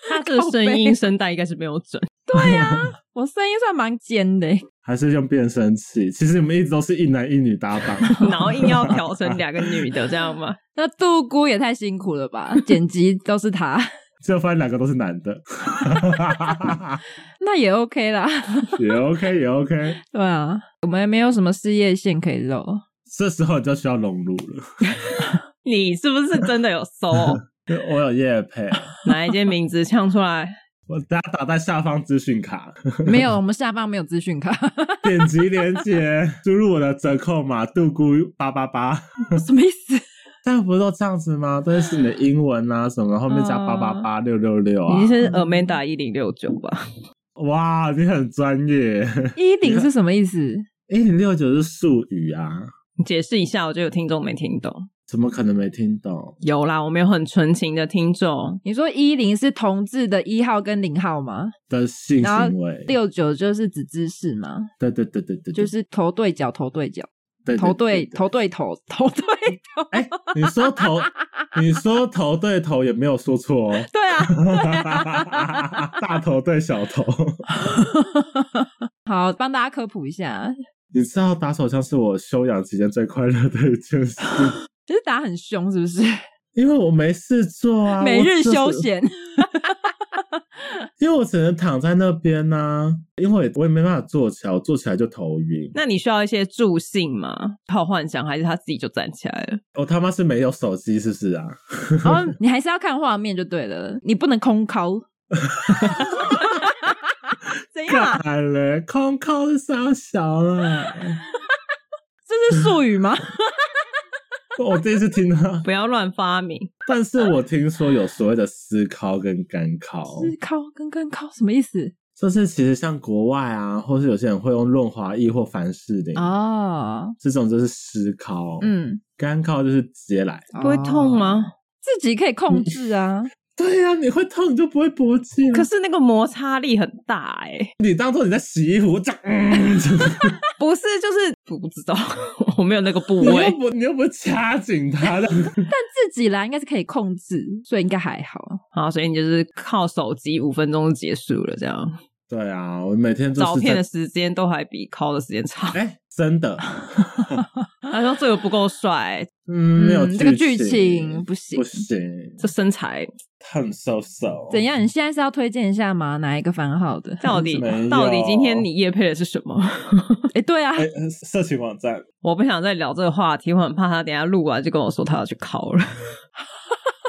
A: 他这个声音声带应该是没有 整，
B: 对呀、我声音算蛮尖的、
C: 还是用变声器？其实你们一直都是一男一女搭档，
A: 然后硬要调成两个女的，这样吗？
B: 那杜姑也太辛苦了 吧？剪辑都是他，
C: 最后发现两个都是男的，
B: 那也 OK 啦。
C: 也 OK 也 OK。
B: 对啊，我们也没有什么事业线可以露。
C: 这时候你就需要融入了。
A: 你是不是真的有搜
C: 我哦有夜配，
A: 哪一间名字呛出来？
C: 我大家打在下方资讯卡，
B: 没有，我们下方没有资讯 卡，
C: 点击链接，输入我的折扣码杜姑八八八，
B: 什么意思？
C: 但不是都这样子吗？都是你的英文啊什么，后面加八八八六六六啊
A: 你。是 Amanda 一零六九吧？
C: 哇，你很专业。
B: 一零是什么意思？
C: 一零六九是术语啊，
A: 你解释一下，我觉得有听众没听懂。
C: 怎么可能没听懂？
A: 有啦，我们有很纯情的听众，
B: 你说一零是同志的一号跟零号吗？
C: 的性
B: 然后
C: 行为，
B: 六九就是指姿势吗？
C: 对对对对对，
B: 就是头对脚，头对脚，
C: 对
B: 头对。
C: 对
B: 头对头，头 对头。
C: 哎，你 说头，你说头对头也没有说错哦。
B: 对啊，
C: 大头对小头，
B: 好，帮大家科普一下，啊
C: 你知道打手枪是我休养期间最快乐的一 件事，
B: 就是打很凶，是不是？
C: 因为我没事做啊，
B: 每日
C: 我就是
B: 休，闲，
C: 因为我只能躺在那边呐、因为我也没办法坐起来，我坐起来就头晕。
A: 那你需要一些助兴吗？靠幻想，还是他自己就站起来了？
C: 我他妈是没有手机是不是啊？
B: 然后你还是要看画面就对了，你不能空敲。怎样啊？
C: 看嘞，空靠是傻小了，
B: 这是术语吗？
C: 我第一次听到，
A: 不要乱发明，
C: 但是我听说有所谓的私考跟干考，
B: 是靠跟跟靠什么意思？
C: 就是其实像国外啊，或是有些人会用润滑液或凡士林，
B: 哦，
C: 这种就是湿考，，
B: 嗯，
C: 干考就是直接来。
A: 不会痛
B: 哦？
A: 吗？
B: 自己可以控制啊。
C: 对呀、你会痛你就不会勃起、啊。
A: 可是那个摩擦力很大哎、
C: 你当做你在洗衣服，这样， 嗯、
A: 不是就是不知道，我没有那个部
C: 你又
A: 位。
C: 不你又不掐紧它的，
B: 自己啦，应该是可以控制，所以应该还好。
A: 好，所以你就是靠手机五分钟就结束了，这样
C: 对啊，我每天就
A: 照
C: 是
A: 片
C: 在
A: 的时间都还比 call 的时间长。
C: 哎、真的，
A: 他说这个不够帅，
C: 嗯，没有
B: 这个剧情不行
C: 不。行，
A: 这身 材
C: 很瘦瘦，
B: 怎？样？你现在是要推荐一下吗？哪一个番号的？
A: 到底
C: 没有
A: 到底今天你夜配的是什么？
B: 哎、对啊，
C: 哎、呃色情网站，
A: 我不想再聊这个话题，我很怕他等一下录完就跟我说他要去考了，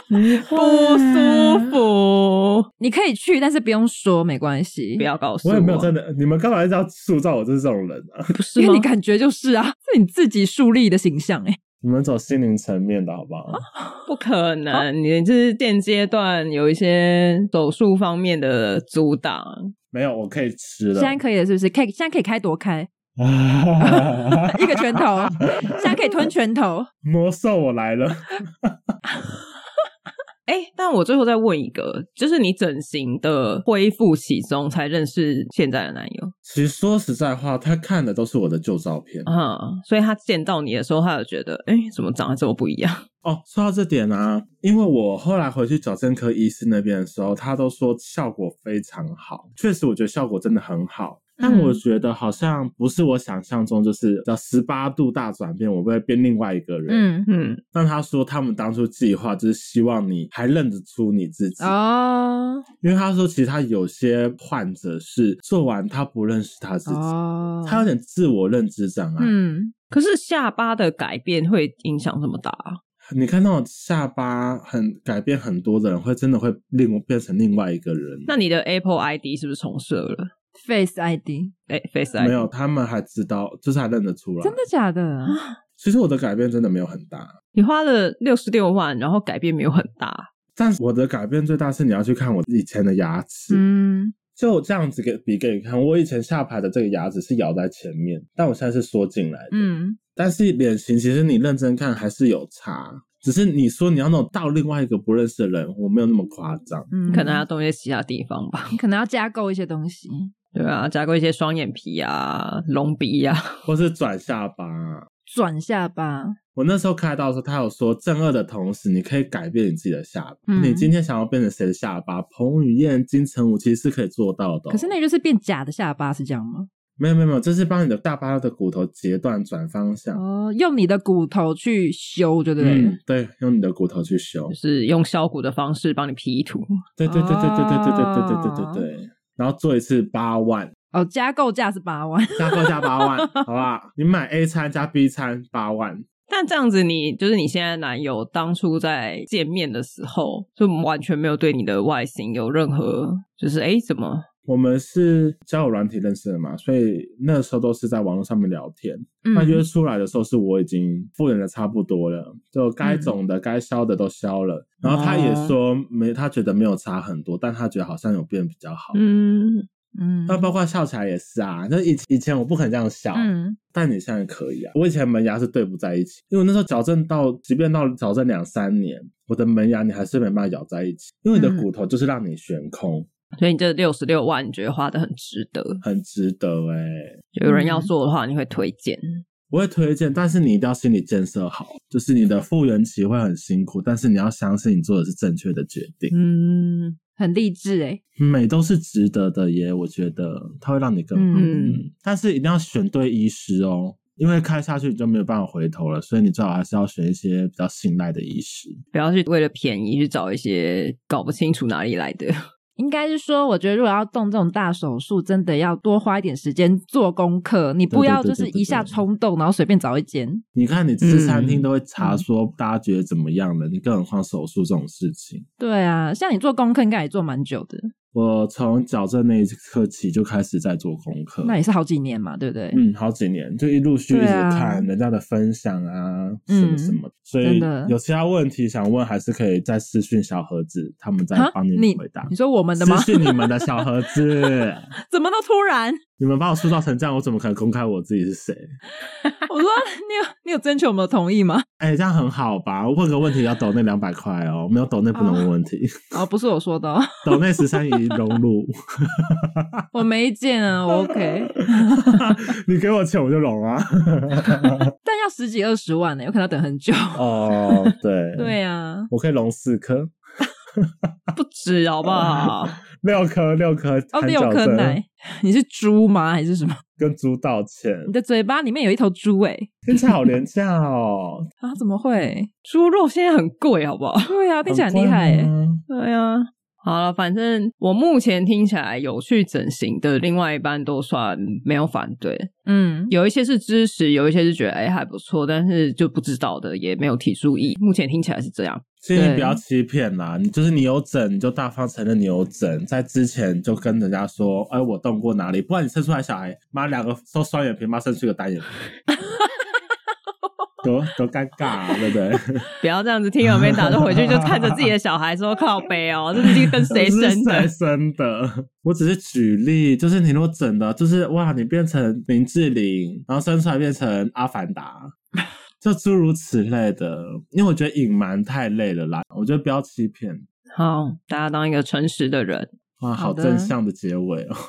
A: 不舒服。
B: 你可以去，但是不用说，没关系。
A: 不，要告诉
C: 我也没有真的，你们干嘛一直要塑造我就是这种人啊？
A: 不是
B: 因
A: 吗
B: 为你？感觉就是啊， 是你自己树立的形象哎、
C: 你们走心灵层面的好不
B: 啊
C: 好？
A: 不可能，你这是现阶段有一些手术方面的阻挡。
C: 没有，我可以吃了。
B: 现在可以了，是不是？可以，现在可以开多开， 一个拳头，现在可以吞拳头。
C: 魔兽我来了，
A: 哎、但我最后再问一个，就是你整形的恢复期中才认识现在的男友，
C: 其实说实在话，他看的都是我的旧照片。
A: 嗯，所以他见到你的时候，他有觉得，哎、怎么长得这么不一样？
C: 哦，说到这点啊，因为我后来回去矫正科医师那边的时候，他都说效果非常好，确实我觉得效果真的很好。但
B: 嗯
C: 我觉得好像不是我想象中，就是叫十八度大转变，我会变另外一个人。
B: 嗯，
A: 嗯，
C: 那他说他们当初计划就是希望你还认得出你自己，
B: 哦
C: 因为他说其实他有些患者是做完他不认识他自己，
B: 哦，
C: 他有点自我认知障碍。
B: 嗯，
A: 可是下巴的改变会影响这么大啊、
C: 你看那种下巴很改变很多的人，会真的会另变成另外一个人。
A: 那你的 Apple ID 是不是重设了？
B: Face ID，
A: 哎、f a c e ID
C: 没有，他们还知道，就是还认得出来。
B: 真的，假的？
C: 其实我的改变真的没有很大，
A: 你花了六十六万，然后改变没有很大，
C: 但是我的改变最大是你要去看我以前的牙齿，
B: 嗯，
C: 就这样子给比给你看。我以前下排的这个牙齿是咬在前面，但我现在是缩进来的。
B: 嗯，
C: 但是脸型其实你认真看还是有差，只是你说你要那种到另外一个不认识的人，我没有那么夸张。
B: 嗯，
A: 可能还要动一些其他地方吧。
B: 你可能要架构一些东西。
A: 对啊，加过一些双眼皮啊、隆鼻啊，
C: 或是转下巴。啊
B: 转下巴，
C: 我那时候开刀的时候，他有说正二的同时，你可以改变你自己的下巴。
B: 嗯
C: 你今天想要变成谁的下巴？彭于晏、金城武其实是可以做到的哦、
B: 可是那个就是变假的下巴，是这样吗？
C: 没有没有没有，这是帮你的大巴的骨头截断转方向。
B: 哦，用你的骨头去修，对不对？
C: 嗯，对，用你的骨头去修
A: 就。是用削骨的方式帮你 P 图。
C: 对对对对对对对对对对
B: 哦
C: 对对对。然后做一次八万，
B: 哦，加购价是八万，
C: 加货加八万，好不好？你买 A 餐加 B 餐八万，
A: 但这样子你，就是你现在的男友当初在见面的时候，就完全没有对你的外形有任何，就是哎、诶怎么
C: 我们是交友软体认识的嘛，所以那时候都是在网络上面聊天。那约
B: 嗯
C: 出来的时候，是我已经复原的差不多了，就
B: 嗯
C: 该肿的、该消的都消了。然后他也
B: 哦
C: 说没，他觉得没有差很多，但他觉得好像有变比较好。
A: 嗯，
B: 嗯
C: 那包括笑起来也是啊，那以以前我不肯这样笑，
B: 嗯
C: 但你现在可以啊。我以前门牙是对不在一起，因为我那时候矫正到，即便到矫正两三年，我的门牙你还是没办法咬在一起，因为你的
B: 嗯
C: 骨头就是让你悬空，
A: 所以你这六十六万，你觉得花的很值得？
C: 很值得哎、
A: 有人要做的话，你会推荐？
C: 我会推荐，但是你一定要心理建设好，就是你的复原期会很辛苦，但是你要相信你做的是正确的决定，
A: 嗯，
B: 很励志哎、
C: 美都是值得的耶。我觉得它会让你更好，
B: 嗯
C: 嗯，但是一定要选对医师哦，因为开下去你就没有办法回头了，所以你最好还是要选一些比较信赖的医师。
A: 不要去为了便宜去找一些搞不清楚哪里来的。
B: 应该是说，我觉得如果要动这种大手术，真的要多花一点时间做功课，你不
C: 对对
B: 要
C: 对
B: 就是
C: 对对
B: 一下
C: 对
B: 冲动，然后随便找一间。
C: 你看，你吃餐厅
A: 嗯
C: 都会查说大家觉得怎么样的，你更何况手术这种事情。
B: 对啊，像你做功课应该也做蛮久的，
C: 我从矫正那一刻起就开始在做功课，
B: 那也是好几年嘛，对不对？
C: 嗯，好几年就一陆续一直
B: 对啊
C: 看人家的分享啊，
B: 嗯
C: 什么什么，所
B: 真
C: 以
B: 的
C: 有其他问题想问，还是可以再私讯小盒子，他们再
B: 哈
C: 帮你
B: 你
C: 回答
B: 你。说我们的吗
C: 私？讯你们的小盒子，
B: 怎么都突然？
C: 你们把我塑造成这样，我怎么可能公开我自己是谁？
B: 我说你有你有征求我们的同意吗？
C: 哎、这样很好吧？问个问题要抖那两百块哦，没有抖那不能问问题，
B: 哦，不是我说的、哦，
C: 抖那十三姨融入。
B: 我没意见啊，我 OK。
C: 你给我钱我就融 啊。
B: 但要十几二十万呢、有可能要等很久。
C: 哦，对，
B: 对啊，
C: 我可以融四颗、
A: 不止好不好？
C: 六颗、六颗，
B: 哦，
C: 含
B: 六
C: 角
B: 颗
C: 针
B: 奶， 你是猪吗？还是什么？
C: 跟猪道歉，
B: 你的嘴巴里面有一头猪哎、
C: 听起来好廉价哦，
B: 啊？怎么会？
A: 猪肉现在很贵，好不好？
B: 对啊，听起来很
C: 很
B: 厉
C: 贵
B: 害哎、
C: 吗
A: 对啊，好了，反正我目前听起来有去整形的，另外一半都算没有反对，
B: 嗯，
A: 有一些是支持，有一些是觉得哎、还不错，但是就不知道的也没有提出异议。目前听起来是这样，
C: 建议
A: 对
C: 不要欺骗啦，你就是你有整，你就大方承认你有整，在之前就跟人家说，哎，我动过哪里，不然你生出来小孩，妈两个都双眼皮，妈生出个单眼皮，多多尴尬、啊，对不对？
A: 不要这样子听了没打，就回去就看着自己的小孩说靠背哦，这是 跟谁
C: 这是
A: 生的
C: 谁？生的？我只是举例，就是你如果整的，就是哇，你变成林志玲，然后生出来变成阿凡 达，就诸如此类的。因为我觉得隐瞒太累了啦，我觉得不要欺骗。
A: 好，大家当一个诚实的人。
C: 哇，
B: 好
C: 好
B: 的
C: 正向的结尾哦！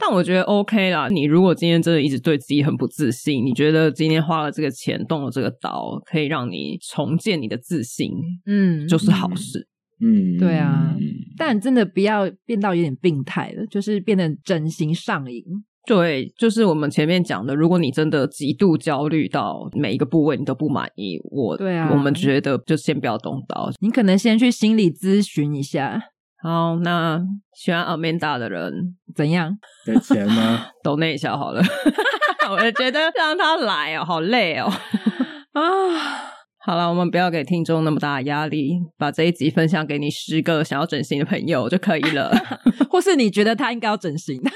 A: 但我觉得 OK 啦。你如果今天真的一直对自己很不自信，你觉得今天花了这个钱，动了这个刀，可以让你重建你的自信，
B: 嗯，
A: 就是好事。
C: 嗯，
B: 对啊
C: 嗯
B: 但真的不要变到有点病态了，就是变得整形上瘾。
A: 对，就是我们前面讲的，如果你真的极度焦虑到每一个部位你都不满意，我
B: 对啊
A: 我们觉得就先不要动刀。
B: 你可能先去心理咨询一下，
A: 好，那喜欢 Amanda 的人，
B: 怎样？
C: 给钱吗？
A: 抖那一下好了。 我也觉得让他来哦，好累哦。
B: 啊，
A: 好了，我们不要给听众那么大的压力，把这一集分享给你十个想要整形的朋友就可以了。
B: 或是你觉得他应该要整形？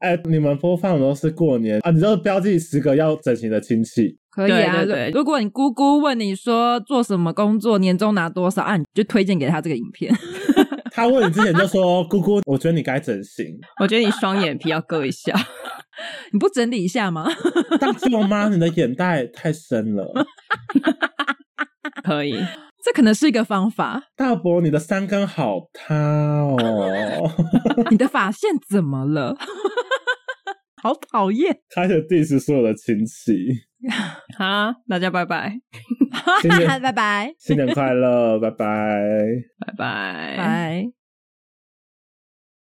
C: 哎，你们播放的都是过年啊，你就标记十个要整形的亲戚，
B: 可以啊，
A: 对对对
B: 如果你姑姑问你说做什么工作，年终拿多少啊，你就推荐给他这个影片。
C: 他问你之前就说：“ 姑姑，我觉得你该整形。
A: 我觉得你双眼皮要割一下，
B: 你不整理一下吗？”
C: 大舅妈，你的眼袋太深了。
A: 可以。
B: 这可能是一个方法。
C: 大伯，你的三根好塌哦！
B: 你的发线怎么了？ 好讨厌！
C: 开始 diss 所有的亲戚，
A: 好啦，大家拜拜，
C: 新 年
B: 拜拜
C: 新年快乐，拜拜。
A: 拜拜，
B: 拜。